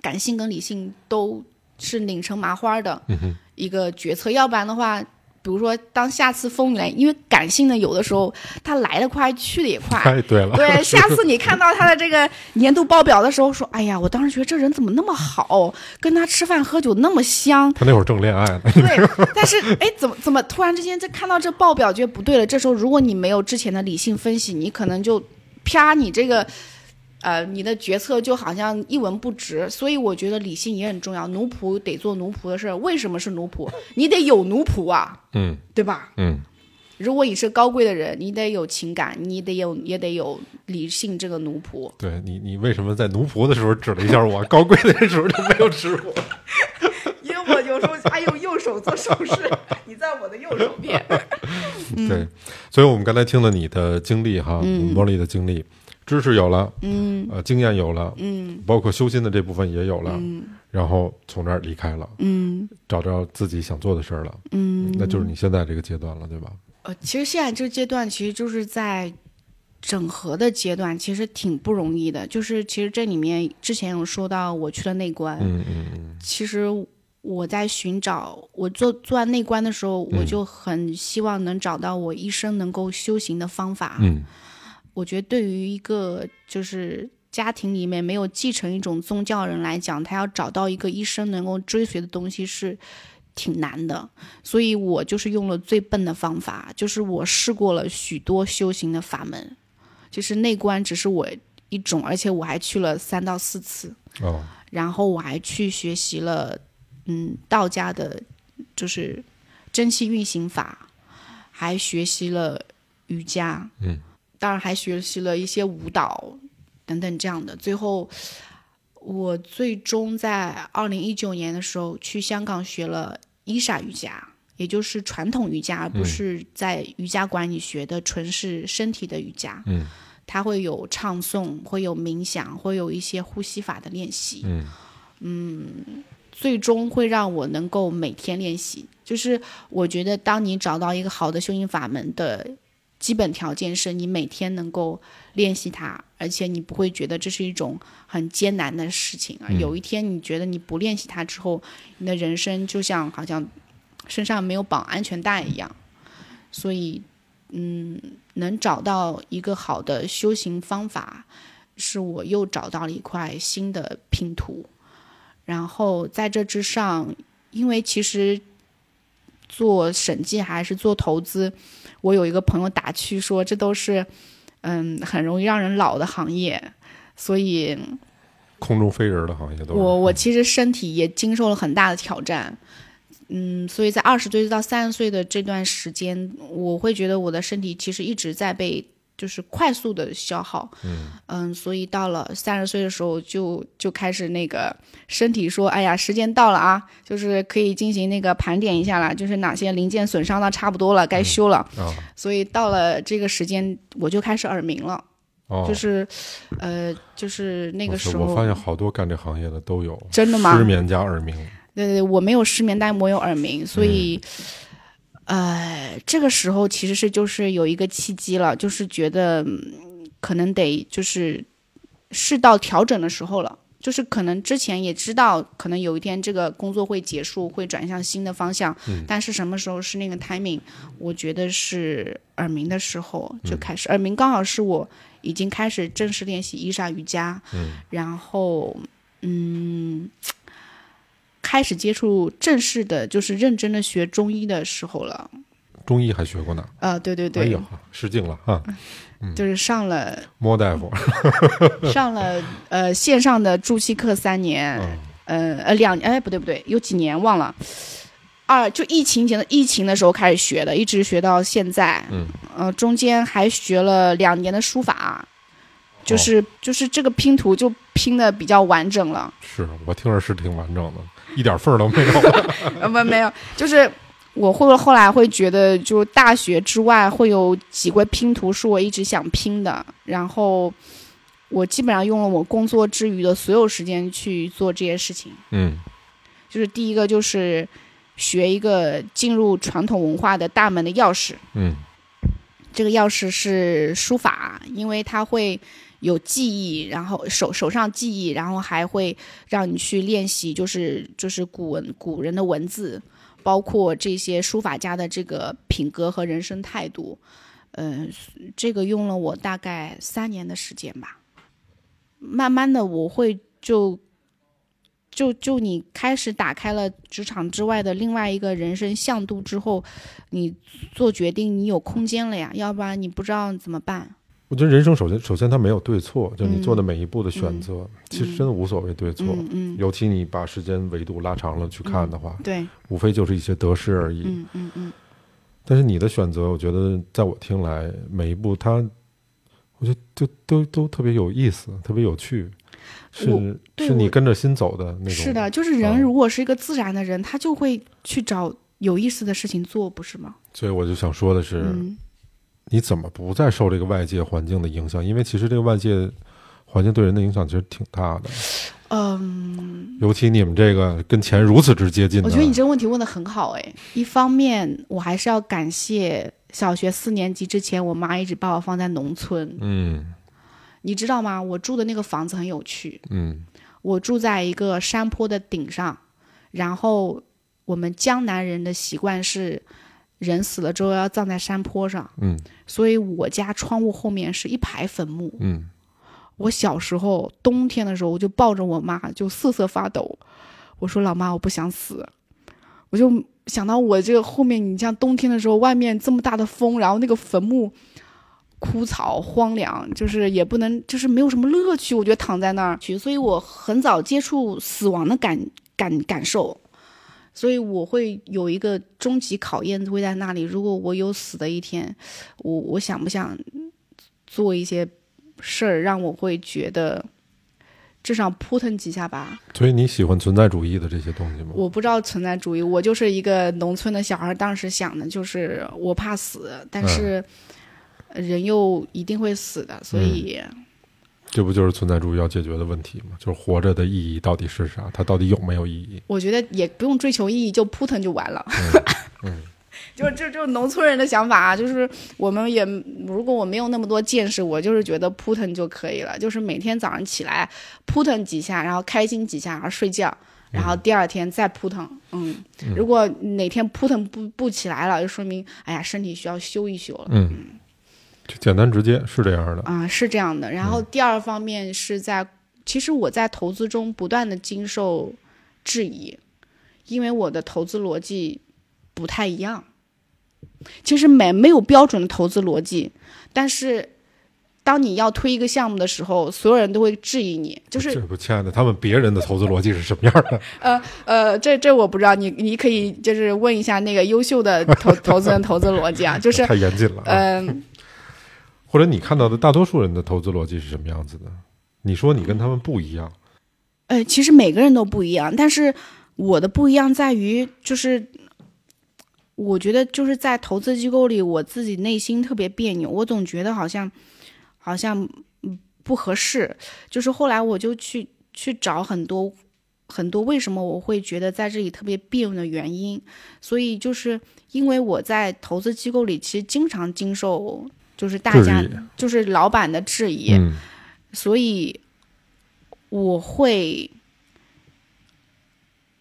[SPEAKER 4] 感性跟理性都是拧成麻花儿的
[SPEAKER 2] 嗯
[SPEAKER 4] 一个决策，要不然的话。比如说，当下次风来，因为感性呢，有的时候它来得快，去得也快，
[SPEAKER 2] 太哎对 了，
[SPEAKER 4] 对，下次你看到他的这个年度报表的时候，说：“哎呀，我当时觉得这人怎么那么好，跟他吃饭喝酒那么香。
[SPEAKER 2] 他那会儿正恋爱呢”。
[SPEAKER 4] 对，但是哎，怎么怎么突然之间这看到这报表觉得不对了？这时候如果你没有之前的理性分析，你可能就啪，你这个呃，你的决策就好像一文不值。所以我觉得理性也很重要，奴仆得做奴仆的事儿。为什么是奴仆？你得有奴仆啊，
[SPEAKER 2] 嗯
[SPEAKER 4] 对吧？
[SPEAKER 2] 嗯，
[SPEAKER 4] 如果你是高贵的人，你得有情感，你得有也得有理性这个奴仆。
[SPEAKER 2] 对你，你为什么在奴仆的时候指了一下我，高贵的时候就没有指我？
[SPEAKER 1] 因为我有时候爱用右手做手势，你在我的右手边。
[SPEAKER 4] 嗯
[SPEAKER 2] 对，所以我们刚才听了你的经历哈，茉莉的经历，知识有了，嗯，呃，经验有了，嗯，包括修心的这部分也有了，然后从这儿离开了，
[SPEAKER 4] 嗯
[SPEAKER 2] 找着自己想做的事儿了，
[SPEAKER 4] 嗯，
[SPEAKER 2] 那就是你现在这个阶段了，对吧？
[SPEAKER 4] 呃，其实现在这个阶段，其实就是在整合的阶段，其实挺不容易的。就是其实这里面之前有说到，我去了内观，
[SPEAKER 2] 嗯嗯嗯，
[SPEAKER 4] 其实我在寻找，我做做完内观的时候，我
[SPEAKER 2] 嗯
[SPEAKER 4] 就很希望能找到我一生能够修行的方法。
[SPEAKER 2] 嗯
[SPEAKER 4] 我觉得对于一个就是家庭里面没有继承一种宗教人来讲，他要找到一个一生能够追随的东西是挺难的。所以我就是用了最笨的方法，就是我试过了许多修行的法门，就是内观只是我一种，而且我还去了三到四次，
[SPEAKER 2] 哦，
[SPEAKER 4] 然后我还去学习了嗯道家的，就是真气运行法，还学习了瑜伽。
[SPEAKER 2] 嗯，
[SPEAKER 4] 当然还学习了一些舞蹈等等这样的。最后，我最终在二零一九年的时候去香港学了伊莎瑜伽，也就是传统瑜伽，而不是在瑜伽馆里学的纯是身体的瑜伽。
[SPEAKER 2] 嗯，
[SPEAKER 4] 它会有唱诵，会有冥想，会有一些呼吸法的练习。
[SPEAKER 2] 嗯
[SPEAKER 4] 最终会让我能够每天练习。就是我觉得，当你找到一个好的修行法门的基本条件是你每天能够练习它，而且你不会觉得这是一种很艰难的事情啊。
[SPEAKER 2] 嗯
[SPEAKER 4] 有一天你觉得你不练习它之后，你的人生就像好像身上没有绑安全带一样。所以，嗯，能找到一个好的修行方法，是我又找到了一块新的拼图。然后在这之上，因为其实做审计还是做投资，我有一个朋友打趣说，这都是嗯很容易让人老的行业，所以
[SPEAKER 2] 空中飞人的行业都是嗯
[SPEAKER 4] 我我其实身体也经受了很大的挑战。嗯，所以在二十岁到三十岁的这段时间，我会觉得我的身体其实一直在被就是快速的消耗。
[SPEAKER 2] 嗯
[SPEAKER 4] 所以到了三十岁的时候就，就开始那个身体说：“哎呀，时间到了啊，就是可以进行那个盘点一下了，就是哪些零件损伤到差不多了，该修了。
[SPEAKER 2] 啊
[SPEAKER 4] 所以到了这个时间，我就开始耳鸣了，
[SPEAKER 2] 哦，
[SPEAKER 4] 就是呃，就是那个
[SPEAKER 2] 我是
[SPEAKER 4] 时
[SPEAKER 2] 我发
[SPEAKER 4] 候
[SPEAKER 2] 现。好多干这行业的都有
[SPEAKER 4] 真的吗？
[SPEAKER 2] 失眠加耳鸣，
[SPEAKER 4] 对对，我没有失眠，但我有耳鸣，所以，呃，这个时候其实是就是有一个契机了，就是觉得嗯可能得就是适到调整的时候了。就是可能之前也知道，可能有一天这个工作会结束，会转向新的方向，但是什么时候是那个 timing？我觉得是耳鸣的时候就开始，耳鸣刚好是我已经开始正式练习伊莎瑜伽，然后嗯，开始接触正式的，就是认真的学中医的时候了。
[SPEAKER 2] 中医还学过呢，
[SPEAKER 4] 呃，对对嗯
[SPEAKER 2] 哎
[SPEAKER 4] 对，
[SPEAKER 2] 呦，失敬了啊，
[SPEAKER 4] 就是上了
[SPEAKER 2] 莫大夫，
[SPEAKER 4] 上了呃线上的助气课三年，
[SPEAKER 2] 哦
[SPEAKER 4] 呃呃两哎不对不对，有几年忘了。二就疫情前的疫情的时候开始学的，一直学到现在。
[SPEAKER 2] 嗯，
[SPEAKER 4] 呃，中间还学了两年的书法，就是、
[SPEAKER 2] 哦
[SPEAKER 4] 就是这个拼图就拼的比较完整了。
[SPEAKER 2] 是我听着是挺完整的，一点缝儿都没有。
[SPEAKER 4] 呃，不，没有，就是我会后来会觉得，就大学之外会有几块拼图是我一直想拼的，然后我基本上用了我工作之余的所有时间去做这些事情。
[SPEAKER 2] 嗯
[SPEAKER 4] 就是第一个就是学一个进入传统文化的大门的钥匙，
[SPEAKER 2] 嗯
[SPEAKER 4] 这个钥匙是书法，因为它会有记忆，然后手手上记忆，然后还会让你去练习，就是就是古文古人的文字，包括这些书法家的这个品格和人生态度。嗯、这个用了我大概三年的时间吧，慢慢的我会就。就就你开始打开了职场之外的另外一个人生向度之后，你做决定，你有空间了呀，要不然你不知道怎么办。
[SPEAKER 2] 我觉得人生首先首先它没有对错，就是你
[SPEAKER 4] 嗯
[SPEAKER 2] 做的每一步的选择，其实真的无所谓对错。
[SPEAKER 4] 嗯嗯，
[SPEAKER 2] 尤其你把时间维度拉长了去看的话，
[SPEAKER 4] 对，嗯
[SPEAKER 2] 无非就是一些得失而已。
[SPEAKER 4] 嗯嗯嗯，
[SPEAKER 2] 但是你的选择，我觉得在我听来，每一步它，我觉得就都都特别有意思，特别有趣，
[SPEAKER 4] 我
[SPEAKER 2] 是
[SPEAKER 4] 对
[SPEAKER 2] 是你
[SPEAKER 4] 我
[SPEAKER 2] 跟着心走的那种。
[SPEAKER 4] 是的，，就是
[SPEAKER 2] 啊
[SPEAKER 4] 人如果是一个自然的人，他就会去找有意思的事情做，不是吗？
[SPEAKER 2] 所以我就想说的是，
[SPEAKER 4] 嗯，
[SPEAKER 2] 你怎么不再受这个外界环境的影响？因为其实这个外界环境对人的影响其实挺大的，
[SPEAKER 4] 嗯，
[SPEAKER 2] 尤其你们这个跟钱如此之接近的，
[SPEAKER 4] 我觉得你这个问题问的很好哎。一方面，我还是要感谢小学四年级之前，我妈一直把我放在农村。
[SPEAKER 2] 嗯
[SPEAKER 4] 你知道吗？我住的那个房子很有趣，
[SPEAKER 2] 嗯
[SPEAKER 4] 我住在一个山坡的顶上，然后我们江南人的习惯是，人死了之后要葬在山坡上，
[SPEAKER 2] 嗯
[SPEAKER 4] 所以我家窗户后面是一排坟墓。
[SPEAKER 2] 嗯，
[SPEAKER 4] 我小时候冬天的时候，我就抱着我妈就瑟瑟发抖，我说老妈，我不想死，我就想到我这个后面，你像冬天的时候，外面这么大的风，然后那个坟墓枯草荒凉，就是也不能，就是没有什么乐趣，我觉得躺在那儿去，所以我很早接触死亡的感感感受。所以我会有一个终极考验会在那里。如果我有死的一天，我我想不想做一些事儿让我会觉得至少扑腾几下吧。
[SPEAKER 2] 所以你喜欢存在主义的这些东西吗？
[SPEAKER 4] 我不知道存在主义，我就是一个农村的小孩儿，当时想的就是我怕死，但是人又一定会死的，所以
[SPEAKER 2] 这不就是存在主义要解决的问题吗？就是活着的意义到底是啥？它到底有没有意 义？
[SPEAKER 4] 我觉得也不用追求意义，就扑腾就完了。
[SPEAKER 2] 嗯
[SPEAKER 4] 就是这就是农村人的想法啊，就是我们也如果我没有那么多见识，我就是觉得扑腾就可以了，就是每天早上起来扑腾几下，然后开心几下，然后睡觉，然后第二天再扑腾。嗯，如果哪天扑腾不不起来了，就说明哎呀身体需要休一休了。
[SPEAKER 2] 嗯，就简单直接是这样的。
[SPEAKER 4] 啊、是这样的。然后第二方面是在，其实我在投资中不断的经受质疑，因为我的投资逻辑不太一样。其实没没有标准的投资逻辑，但是当你要推一个项目的时候，所有人都会质疑你，就是
[SPEAKER 2] 这不，亲爱的，他们别人的投资逻辑是什么样的？
[SPEAKER 1] 呃，这这我不知道，你你可以就是问一下那个优秀的投投资人投资逻辑啊， 就是
[SPEAKER 2] 太严谨了、
[SPEAKER 4] 呃
[SPEAKER 2] 啊。
[SPEAKER 1] 嗯、
[SPEAKER 2] 或者你看到的大多数人的投资逻辑是什么样子的？你说你跟他们不一样，
[SPEAKER 4] 呃，其实每个人都不一样，但是我的不一样在于，就是我觉得就是在投资机构里，我自己内心特别别扭，我总觉得好像好像嗯不合适。就是后来我就去去找很多很多为什么我会觉得在这里特别别扭的原因，所以就是因为我在投资机构里，其实经常经受就是大
[SPEAKER 2] 质
[SPEAKER 4] 家
[SPEAKER 2] 疑
[SPEAKER 4] 就是老板的质疑，
[SPEAKER 2] 嗯
[SPEAKER 4] 所以我会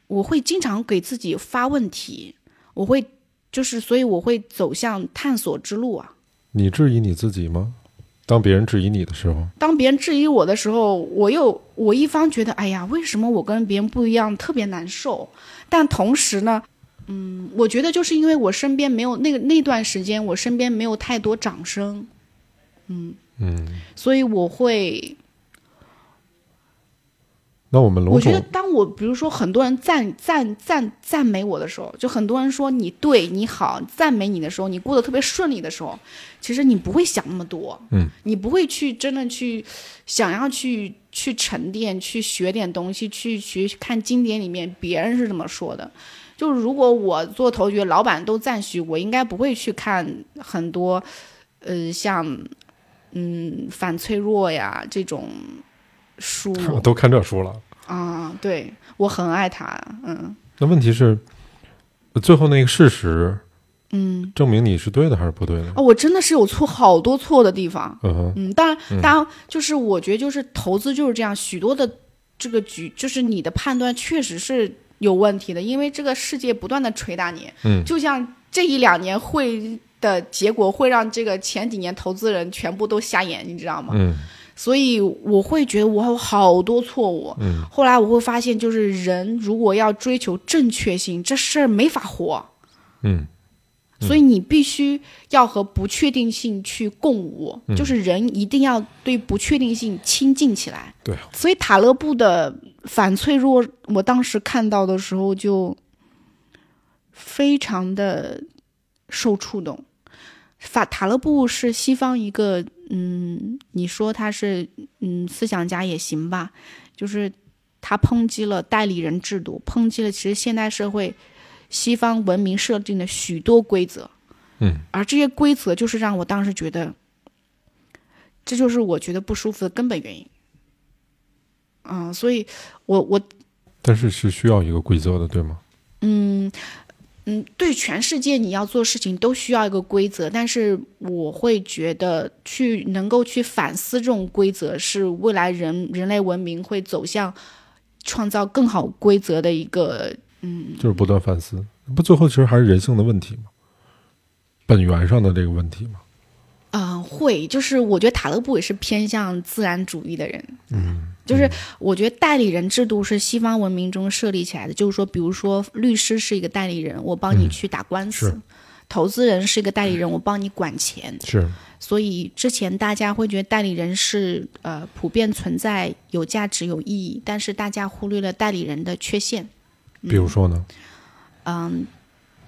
[SPEAKER 4] 我会经常给自己发问题，我会就是所以我会走向探索之路啊。
[SPEAKER 2] 你质疑你自己吗？当别人质疑你的时候，
[SPEAKER 4] 当别人质疑我的时候，我又我一方觉得，哎呀，为什么我跟别人不一样，特别难受。但同时呢，嗯，我觉得就是因为我身边没有那个那段时间，我身边没有太多掌声，
[SPEAKER 2] 嗯，
[SPEAKER 4] 所以我会
[SPEAKER 2] 那我们笼
[SPEAKER 4] 我觉
[SPEAKER 2] 统
[SPEAKER 4] 得，当我比如说很多人赞赞赞赞美我的时候，就很多人说你对你好，赞美你的时候，你过得特别顺利的时候，其实你不会想那么多，
[SPEAKER 2] 嗯，
[SPEAKER 4] 你不会去真的去想要去去沉淀、去学点东西、去去看经典里面别人是怎么说的。就是如果我做头觉，老板都赞许我，应该不会去看很多，呃，像嗯反脆弱呀这种书。
[SPEAKER 2] 我 都看这书了。
[SPEAKER 4] 啊，对我很爱他，嗯
[SPEAKER 2] 那问题是，最后那个事实
[SPEAKER 4] 嗯，
[SPEAKER 2] 证明你是对的还是不对的？
[SPEAKER 4] 啊，我真的是有错好多错的地方，
[SPEAKER 2] 嗯哼，
[SPEAKER 4] 嗯，当然，当然，就是我觉得就是投资就是这样，许多的这个局，就是你的判断确实是有问题的，因为这个世界不断的捶打你，
[SPEAKER 2] 嗯
[SPEAKER 4] 就像这一两年会的结果会让这个前几年投资人全部都瞎眼，你知道吗？
[SPEAKER 2] 嗯
[SPEAKER 4] 所以我会觉得我有好多错误。
[SPEAKER 2] 嗯
[SPEAKER 4] 后来我会发现，就是人如果要追求正确性，这事儿没法活。
[SPEAKER 2] 嗯
[SPEAKER 4] 所以你必须要和不确定性去共舞，就是人一定要对不确定性亲近起来。
[SPEAKER 2] 对，
[SPEAKER 4] 所以塔勒布的反脆弱，我当时看到的时候就非常的受触动。法塔勒布是西方一个，嗯，你说他是嗯思想家也行吧，就是他抨击了代理人制度，抨击了其实现代社会西方文明设定的许多规则，
[SPEAKER 2] 嗯，
[SPEAKER 4] 而这些规则就是让我当时觉得，这就是我觉得不舒服的根本原因。嗯，所以我我
[SPEAKER 2] 但是是需要一个规则的，对吗？
[SPEAKER 4] 嗯，嗯，对全世界你要做事情都需要一个规则，但是我会觉得去能够去反思这种规则，是未来人人类文明会走向创造更好规则的一个嗯
[SPEAKER 2] 就是不断反思，不最后其实还是人性的问题嘛，本源上的这个问题嘛。
[SPEAKER 4] 嗯、呃会，就是我觉得塔勒布也是偏向自然主义的人，嗯，就是我觉得代理人制度是西方文明中设立起来的，就是说，比如说律师是一个代理人，我帮你
[SPEAKER 2] 嗯
[SPEAKER 4] 去打官司。
[SPEAKER 2] 是嗯
[SPEAKER 4] 投资人是一个代理人，我帮你管钱，
[SPEAKER 2] 是，
[SPEAKER 4] 所以之前大家会觉得代理人是呃普遍存在、有价值、有意义，但是大家忽略了代理人的缺陷。嗯
[SPEAKER 2] 比如，说呢，
[SPEAKER 4] 嗯，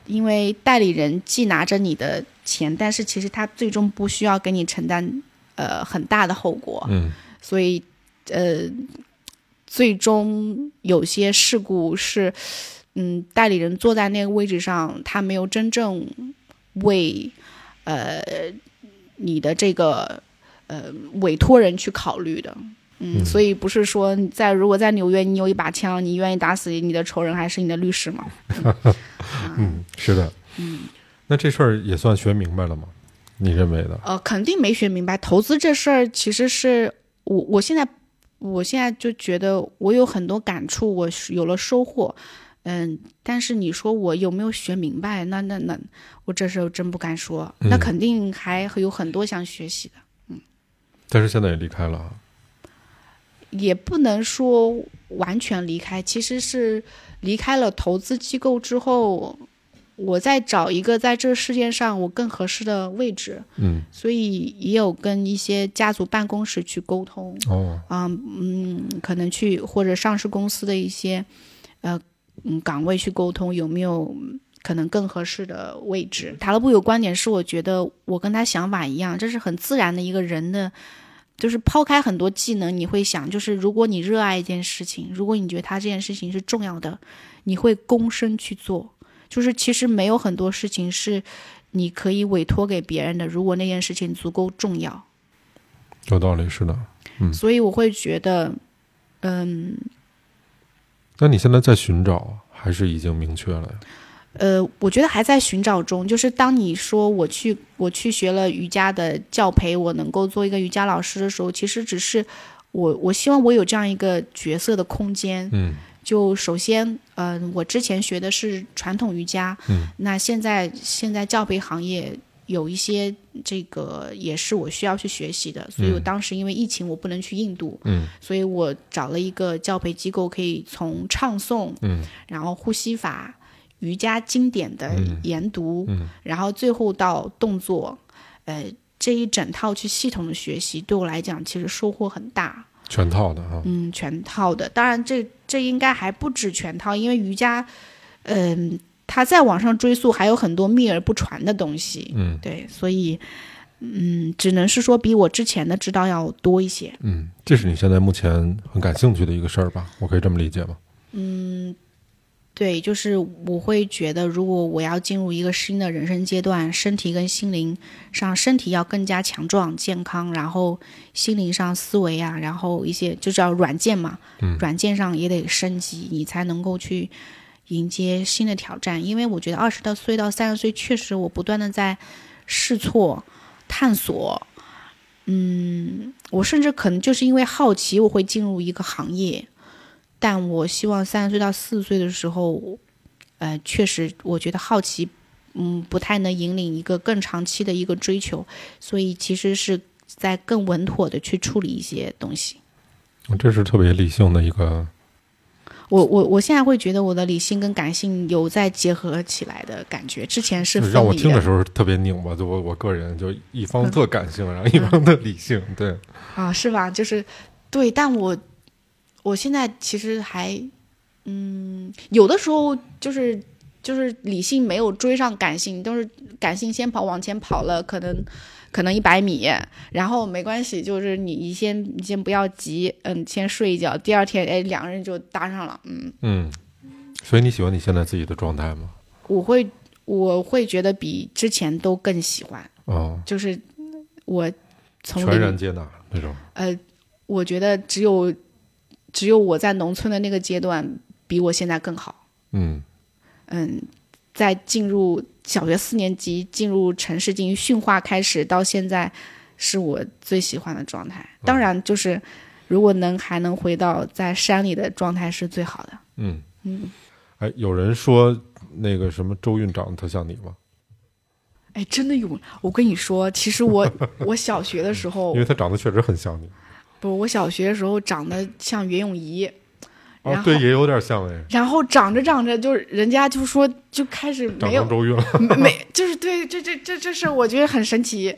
[SPEAKER 4] 因为代理人既拿着你的钱，但是其实他最终不需要给你承担呃很大的后果，
[SPEAKER 2] 嗯，
[SPEAKER 4] 所以呃，最终有些事故是，嗯，代理人坐在那个位置上，他没有真正为呃你的这个呃委托人去考虑的。嗯，
[SPEAKER 2] 嗯
[SPEAKER 4] 所以不是说你在如果在纽约你有一把枪，你愿意打死你的仇人还是你的律师吗？
[SPEAKER 2] 嗯，是的，
[SPEAKER 4] 嗯，
[SPEAKER 2] 那这事儿也算学明白了吗？你认为的？
[SPEAKER 4] 呃，肯定没学明白。投资这事儿其实是我，我现在，我现在就觉得我有很多感触，我是有了收获。嗯，但是你说我有没有学明白？那那那，我这时候真不敢说。那
[SPEAKER 2] 嗯
[SPEAKER 4] 肯定还有很多想学习的，
[SPEAKER 2] 但是现在也离开了啊，
[SPEAKER 4] 也不能说完全离开。其实是离开了投资机构之后，我再找一个在这世界上我更合适的位置，
[SPEAKER 2] 嗯，
[SPEAKER 4] 所以也有跟一些家族办公室去沟通。
[SPEAKER 2] 哦，
[SPEAKER 4] 啊，嗯，可能去或者上市公司的一些呃嗯岗位去沟通，有没有可能更合适的位置？塔勒布有观点是，我觉得我跟他想法一样，这是很自然的一个人的。就是抛开很多技能，你会想，就是如果你热爱一件事情，如果你觉得它这件事情是重要的，你会躬身去做。就是其实没有很多事情是你可以委托给别人的，如果那件事情足够重要。
[SPEAKER 2] 有道理，是的。
[SPEAKER 4] 所以我会觉得，嗯，
[SPEAKER 2] 那你现在在寻找，还是已经明确了呀？
[SPEAKER 4] 呃，我觉得还在寻找中。就是当你说我去我去学了瑜伽的教培，我能够做一个瑜伽老师的时候，其实只是我我希望我有这样一个角色的空间。
[SPEAKER 2] 嗯
[SPEAKER 4] 就首先，嗯、我之前学的是传统瑜伽，
[SPEAKER 2] 嗯
[SPEAKER 4] 那现在现在教培行业有一些这个也是我需要去学习的，所以我
[SPEAKER 2] 嗯
[SPEAKER 4] 当时因为疫情我不能去印度，
[SPEAKER 2] 嗯
[SPEAKER 4] 所以我找了一个教培机构，可以从唱诵
[SPEAKER 2] 嗯
[SPEAKER 4] 然后呼吸法、瑜伽经典的
[SPEAKER 2] 嗯
[SPEAKER 4] 研读，
[SPEAKER 2] 嗯
[SPEAKER 4] 然后最后到动作，呃，这一整套去系统的学习，对我来讲其实收获很大。
[SPEAKER 2] 全套的啊，
[SPEAKER 4] 嗯，全套的，当然这这应该还不止全套，因为瑜伽，嗯、它再往上追溯还有很多秘而不传的东西。
[SPEAKER 2] 嗯
[SPEAKER 4] 对，所以，嗯，只能是说比我之前的指导要多一些。
[SPEAKER 2] 嗯，这是你现在目前很感兴趣的一个事儿吧？我可以这么理解吗？
[SPEAKER 4] 对，就是我会觉得，如果我要进入一个新的人生阶段，身体跟心灵上，身体要更加强壮、健康，然后心灵上思维啊，然后一些就叫软件嘛，
[SPEAKER 2] 嗯
[SPEAKER 4] 软件上也得升级，你才能够去迎接新的挑战。因为我觉得二十到岁到三十岁，确实我不断的在试错、探索。嗯，我甚至可能就是因为好奇，我会进入一个行业。但我希望三十岁到四十岁的时候，呃，确实我觉得好奇，嗯，不太能引领一个更长期的一个追求，所以其实是在更稳妥的去处理一些东西。
[SPEAKER 2] 这是特别理性的一个，
[SPEAKER 4] 我我我现在会觉得我的理性跟感性有在结合起来的感觉，之前是分
[SPEAKER 2] 让我
[SPEAKER 4] 离啊嗯
[SPEAKER 2] 听的
[SPEAKER 4] 的
[SPEAKER 2] 时候特别拧巴，就我我个人就一方特感性，然后一方特理性，对，
[SPEAKER 4] 啊，是吧？就是对，但我我现在其实还嗯，有的时候就是就是理性没有追上感性，都是感性先跑往前跑了，可能可能一百米，然后没关系，就是你你先你先不要急，嗯，先睡一觉，第二天哎两个人就搭上了，嗯，
[SPEAKER 2] 嗯，所以你喜欢你现在自己的状态吗？
[SPEAKER 4] 我会我会觉得比之前都更喜欢，
[SPEAKER 2] 哦，
[SPEAKER 4] 就是我从
[SPEAKER 2] 全然
[SPEAKER 4] 零
[SPEAKER 2] 接纳那种。
[SPEAKER 4] 呃，我觉得只有只有我在农村的那个阶段比我现在更好。
[SPEAKER 2] 嗯
[SPEAKER 4] 嗯，在进入小学四年级、进入城市进行驯化开始到现在，是我最喜欢的状态。
[SPEAKER 2] 嗯
[SPEAKER 4] 当然，就是如果能还能回到在山里的状态是最好的。
[SPEAKER 2] 嗯
[SPEAKER 4] 嗯，
[SPEAKER 2] 哎，有人说那个什么周院长特像你吗？
[SPEAKER 1] 哎，真的有！我跟你说，其实 我我小学的时候
[SPEAKER 2] 因为，他长得确实很像你。
[SPEAKER 1] 不，我小学的时候长得像袁咏仪，然
[SPEAKER 2] 哦，
[SPEAKER 1] 后
[SPEAKER 2] 对，也有点像哎，
[SPEAKER 1] 然后长着长着就人家就说就开始
[SPEAKER 2] 长
[SPEAKER 1] 没有
[SPEAKER 2] 成周韵了。
[SPEAKER 1] 没没，就是对，这这这这事儿我觉得很神奇，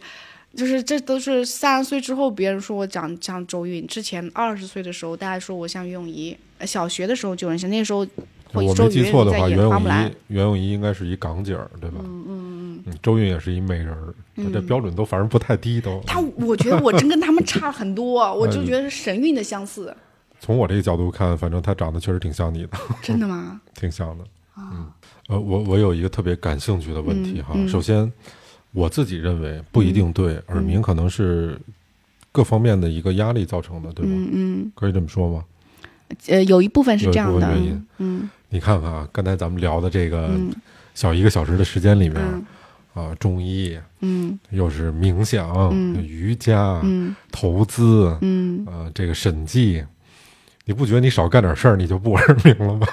[SPEAKER 1] 就是这都是三十岁之后别人说我长像周韵，之前二十岁的时候大家说我像袁咏仪，呃小学的时候就有人像那时候会
[SPEAKER 2] 我
[SPEAKER 1] 周
[SPEAKER 2] 没
[SPEAKER 1] 云
[SPEAKER 2] 记错的
[SPEAKER 1] 在
[SPEAKER 2] 话，
[SPEAKER 1] 演
[SPEAKER 2] 袁
[SPEAKER 1] 花
[SPEAKER 2] 咏
[SPEAKER 1] 木
[SPEAKER 2] 仪
[SPEAKER 1] 兰，
[SPEAKER 2] 袁咏仪应该是一港姐儿，对吧？嗯嗯嗯。周韵也是一美人儿，
[SPEAKER 1] 嗯
[SPEAKER 2] 她这标准都反正不太低，都。
[SPEAKER 1] 他我觉得我真跟他们差很多，我
[SPEAKER 2] 嗯
[SPEAKER 1] 就觉得是神韵的相 似，
[SPEAKER 2] 从我这个角度看，反正她长得确实挺像你的，
[SPEAKER 1] 真的吗？
[SPEAKER 2] 挺像的。
[SPEAKER 1] 啊
[SPEAKER 2] 嗯，呃，我我有一个特别感兴趣的问
[SPEAKER 1] 嗯
[SPEAKER 2] 题哈。首先，我自己认为不一定对，耳
[SPEAKER 1] 嗯
[SPEAKER 2] 鸣可能是各方面的一个压力造成的，对吗？
[SPEAKER 4] 嗯
[SPEAKER 2] 可以这么说吗？
[SPEAKER 4] 嗯，呃，有一部分是
[SPEAKER 2] 有一
[SPEAKER 4] 这样
[SPEAKER 2] 部分
[SPEAKER 4] 的。
[SPEAKER 2] 原
[SPEAKER 4] 嗯
[SPEAKER 2] 因。你看看啊，刚才咱们聊的这个小一个小时的时间里面，啊，中医，
[SPEAKER 4] 嗯
[SPEAKER 2] 又是冥想、瑜伽、
[SPEAKER 4] 嗯
[SPEAKER 2] 投资，
[SPEAKER 4] 嗯，
[SPEAKER 2] 呃，这个审计，你不觉得你少干点事儿，你就不耳鸣了吗？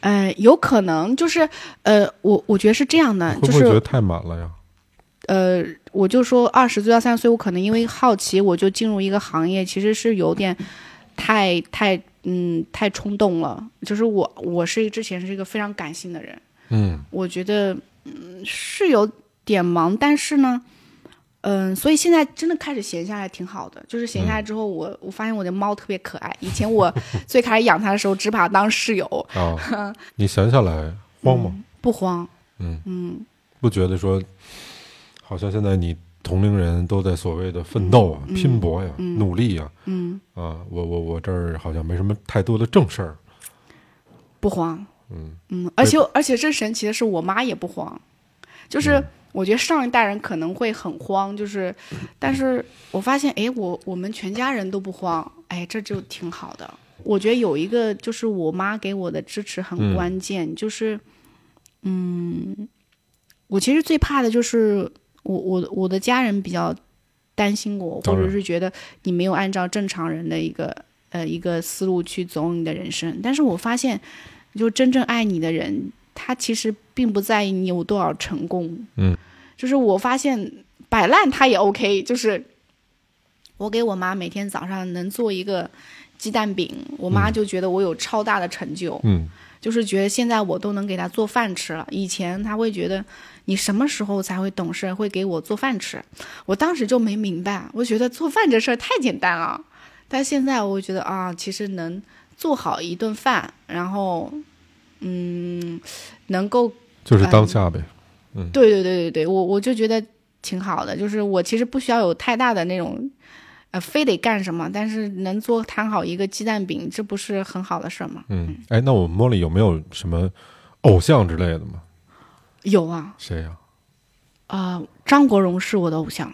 [SPEAKER 4] 呃，有可能就是呃，我我觉得是这样的，
[SPEAKER 2] 会
[SPEAKER 4] 啊
[SPEAKER 2] 不
[SPEAKER 4] 就
[SPEAKER 2] 会
[SPEAKER 4] 是
[SPEAKER 2] 觉得太满了呀？
[SPEAKER 4] 呃，我就说二十岁到三十岁，我可能因为好奇，我就进入一个行业，其实是有点太太嗯太冲动了。就是我我是之前是一个非常感性的人，
[SPEAKER 2] 嗯
[SPEAKER 4] 我觉得嗯是有点忙，但是呢，嗯、所以现在真的开始闲下来挺好的。就是闲下来之后我，我发现我的猫特别可爱。以前我 最开始养它的时候，只把它当室友，
[SPEAKER 2] 啊，你闲下来慌吗？
[SPEAKER 4] 不慌，
[SPEAKER 2] 嗯
[SPEAKER 4] 嗯
[SPEAKER 2] 不觉得说，好像现在你同龄人都在所谓的奋斗啊、拼搏呀、努力呀，
[SPEAKER 4] 嗯，
[SPEAKER 2] 啊，我我我这儿好像没什么太多的正事儿。
[SPEAKER 4] 不慌。
[SPEAKER 2] 嗯
[SPEAKER 4] 嗯，而且而且最神奇的是，我妈也不慌，就是我觉得上一代人可能会很慌，就是，但是我发现，哎，我我们全家人都不慌，哎，这就挺好的。我觉得有一个就是我妈给我的支持很
[SPEAKER 2] 嗯
[SPEAKER 4] 关键，就是，嗯，我其实最怕的就是我我我的家人比较担心我，或
[SPEAKER 2] 当
[SPEAKER 4] 者
[SPEAKER 1] 嗯
[SPEAKER 2] 然
[SPEAKER 4] 是觉得你没有按照正常人的一个呃一个思路去走你的人生。但是我发现，就真正爱你的人，他其实并不在意你有多少成功。
[SPEAKER 2] 嗯，
[SPEAKER 4] 就是我发现摆烂他也 OK，就是我给我妈每天早上能做一个鸡蛋饼，我妈就觉得我有超大的成就。
[SPEAKER 2] 嗯
[SPEAKER 4] 就是觉得现在我都能给他做饭吃了。以前他会觉得你什么时候才会懂事，会给我做饭吃？我当时就没明白，我觉得做饭这事儿太简单了。但现在我觉得啊，其实能做好一顿饭，然后嗯，能够
[SPEAKER 2] 就是当下呗。
[SPEAKER 4] 对对对对对，我我就觉得挺好的，就是我其实不需要有太大的那种，呃，非得干什么，但是能做摊好一个鸡蛋饼，这不是很好的事儿吗？
[SPEAKER 2] 嗯，哎，那我们茉莉有没有什么偶像之类的吗？
[SPEAKER 4] 有啊，
[SPEAKER 2] 谁呀、
[SPEAKER 4] 啊、张国荣是我的偶像，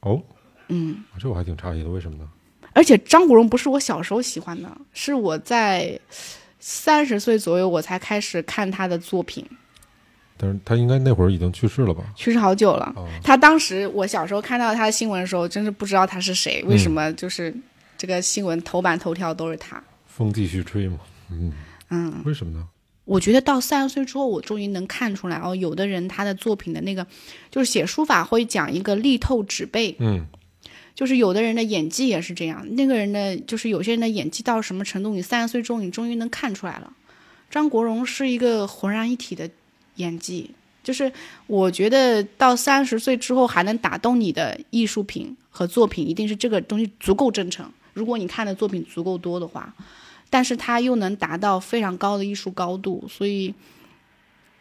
[SPEAKER 2] 哦，
[SPEAKER 4] 嗯，
[SPEAKER 2] 这我还挺诧异的，为什么呢？
[SPEAKER 4] 而且张国荣不是我小时候喜欢的，是我在三十岁左右我才开始看他的作品，
[SPEAKER 2] 但是他应该那会儿已经去世了吧？
[SPEAKER 4] 去世好久了。
[SPEAKER 2] 哦，
[SPEAKER 4] 他当时我小时候看到他的新闻的时候，真是不知道他是谁，为什么就是这个新闻头版头条都是他。
[SPEAKER 2] 风继续吹嘛。嗯，
[SPEAKER 4] 嗯，
[SPEAKER 2] 为什么呢？
[SPEAKER 4] 我觉得到三十岁之后，我终于能看出来哦，有的人他的作品的那个，就是写书法会讲一个力透纸背，
[SPEAKER 2] 嗯
[SPEAKER 4] 就是有的人的演技也是这样，那个人的就是有些人的演技到什么程度，你三十岁之后你终于能看出来了。张国荣是一个浑然一体的演技，就是我觉得到三十岁之后还能打动你的艺术品和作品，一定是这个东西足够真诚。如果你看的作品足够多的话，但是他又能达到非常高的艺术高度，所以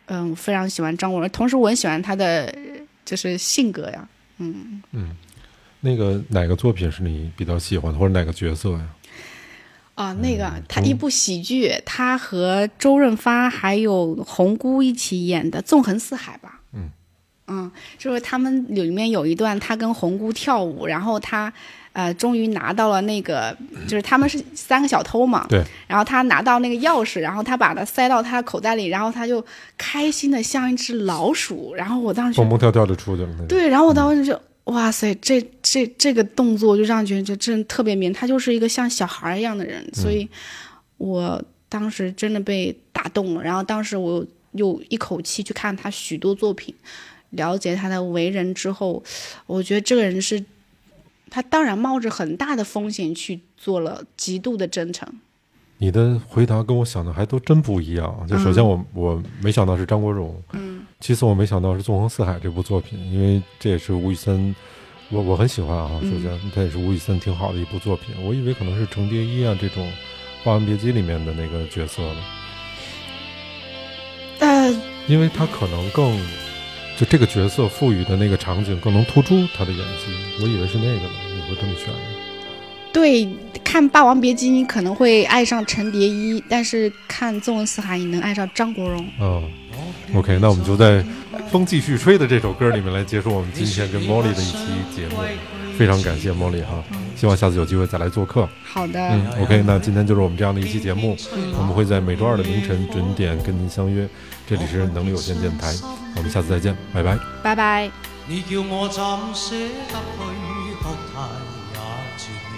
[SPEAKER 4] 嗯，我非常喜欢张国荣，同时我很喜欢他的呃就是性格呀，嗯，
[SPEAKER 2] 嗯，那个哪个作品是你比较喜欢的，或者哪个角色呀？
[SPEAKER 4] 啊，
[SPEAKER 2] 嗯
[SPEAKER 4] 那个他一部喜剧，他和周润发还有红姑一起演的《纵横四海》吧。
[SPEAKER 2] 嗯
[SPEAKER 4] 嗯就是他们里面有一段他跟红姑跳舞，然后他呃终于拿到了那个，就是他们是三个小偷嘛。
[SPEAKER 2] 对。
[SPEAKER 4] 然后他拿到那个钥匙，然后他把它塞到他的口袋里，然后他就开心的像一只老鼠。然后我当时觉
[SPEAKER 2] 蹦
[SPEAKER 4] 得
[SPEAKER 2] 蹦跳跳就出去了。那种，
[SPEAKER 4] 对，然后我当时就哇塞，这这这个动作就让人觉得这真的特别明，他就是一个像小孩儿一样的人，所以我当时真的被打动了。然后当时我又一口气去看他许多作品，了解他的为人之后，我觉得这个人是，他当然冒着很大的风险去做了极度的真诚。
[SPEAKER 2] 你的回答跟我想的还都真不一样。就首先我、我没想到是张国荣，嗯，其次我没想到是《纵横四海》这部作品，因为这也是吴宇森，我我很喜欢啊。首先，它也是吴宇森挺好的一部作品，我以为可能是程蝶衣啊这种《霸王别姬》里面的那个角色呢，
[SPEAKER 4] 呃，
[SPEAKER 2] 因为他可能更就这个角色赋予的那个场景更能突出他的演技，我以为是那个呢，你会这么选的。
[SPEAKER 4] 对，看《霸王别姬》你可能会爱上陈蝶衣，但是看《纵横四海》你能爱上张国荣。
[SPEAKER 2] 嗯，OK，那我们就在《风继续吹》的这首歌里面来结束我们今天跟 Molly 的一期节目，非常感谢 Molly 哈，希望下次有机会再来做客。
[SPEAKER 4] 好的，
[SPEAKER 2] 嗯，OK，那今天就是我们这样的一期节目，我们会在每周二的凌晨准点跟您相约，这里是能力有限电台，我们下次再见，拜拜。
[SPEAKER 4] 拜拜。
[SPEAKER 5] 你叫我怎舍得去哭，太也絕美。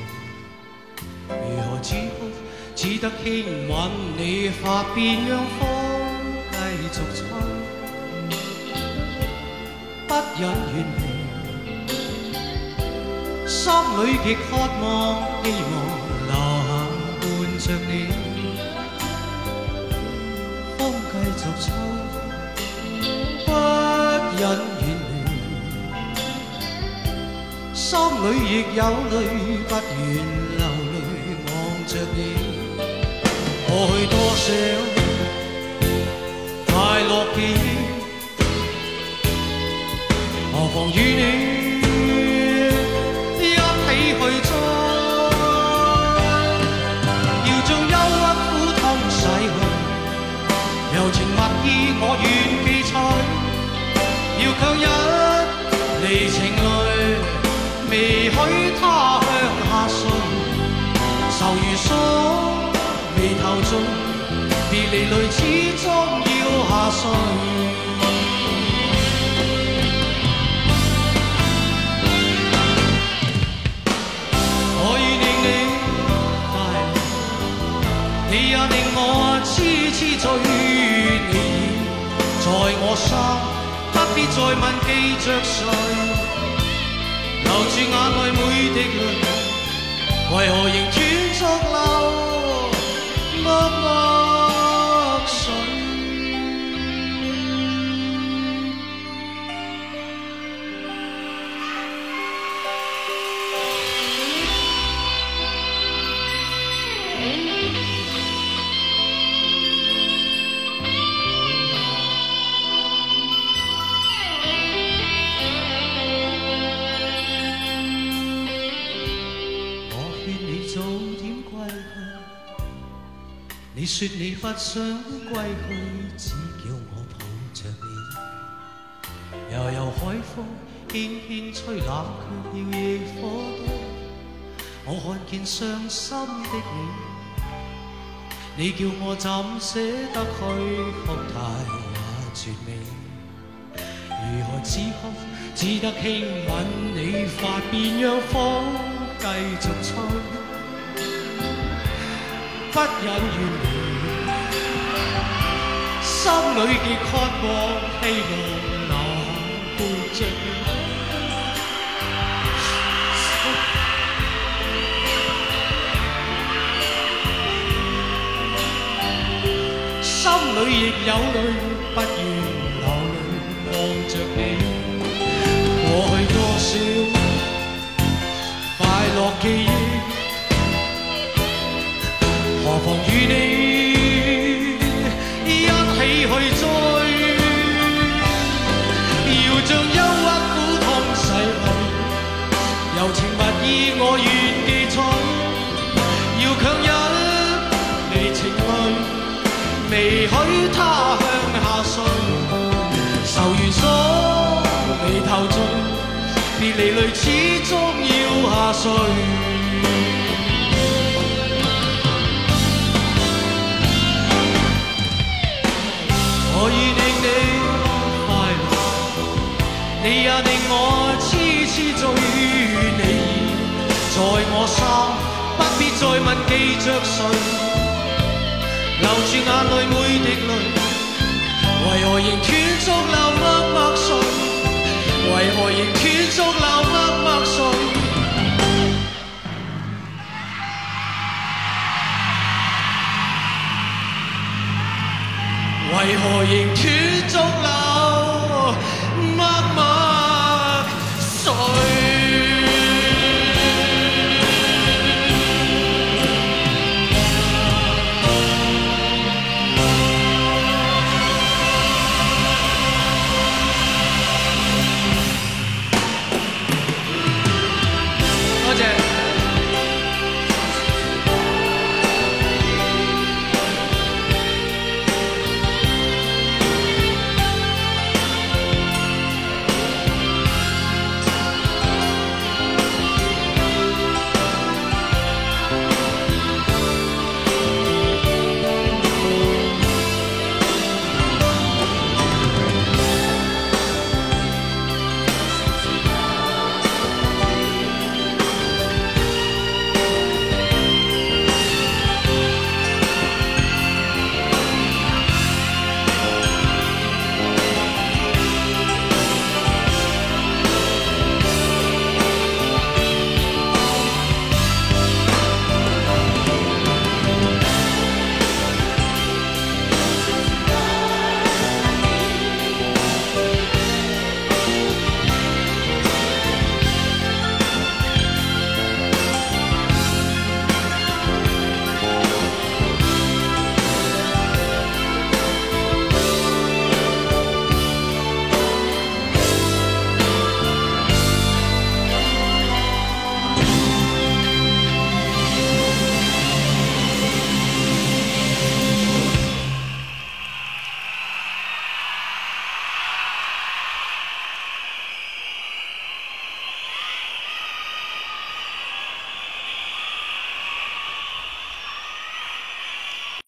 [SPEAKER 5] 如何止哭，只得輕吻你髮邊，讓風繼續吹。不忍遠離，心裏極渴望，希望留下伴着你。風繼續吹，不忍遠離。心里亦有淚，不願流淚望着你。過去多少快樂記憶，何妨與你一起去追。要將憂鬱苦痛洗去，柔情蜜意我願記取。要強忍離情淚，未許他向下垂。愁如鎖，眉頭盡，別離淚始終要下垂。我已令你快樂，你也令我痴痴醉，你已在我心，不必再問記着誰，留住眼內每滴淚，為何仍斷續流，默默水。我勸你早點歸去，你說你不想歸去，只叫我抱着你。悠悠海風輕輕吹，冷卻了夜火堆。我看見傷心的你，你叫我怎捨得去哭態也絕美。如何止哭？只得輕吻你髮邊，讓風繼續吹。不忍遠離，心裏極渴望，希望留下伴着你。心裏亦有淚，不願流淚望着你。過去多少快樂記憶，何妨與你一起去追。离泪始终要下垂。我已令你快乐，你也令我痴痴醉。你已在我心，不必再问记着谁，留住眼泪每滴泪。為何仍斷續流默默垂？為何仍斷續流默默垂？為何仍斷續流默默垂？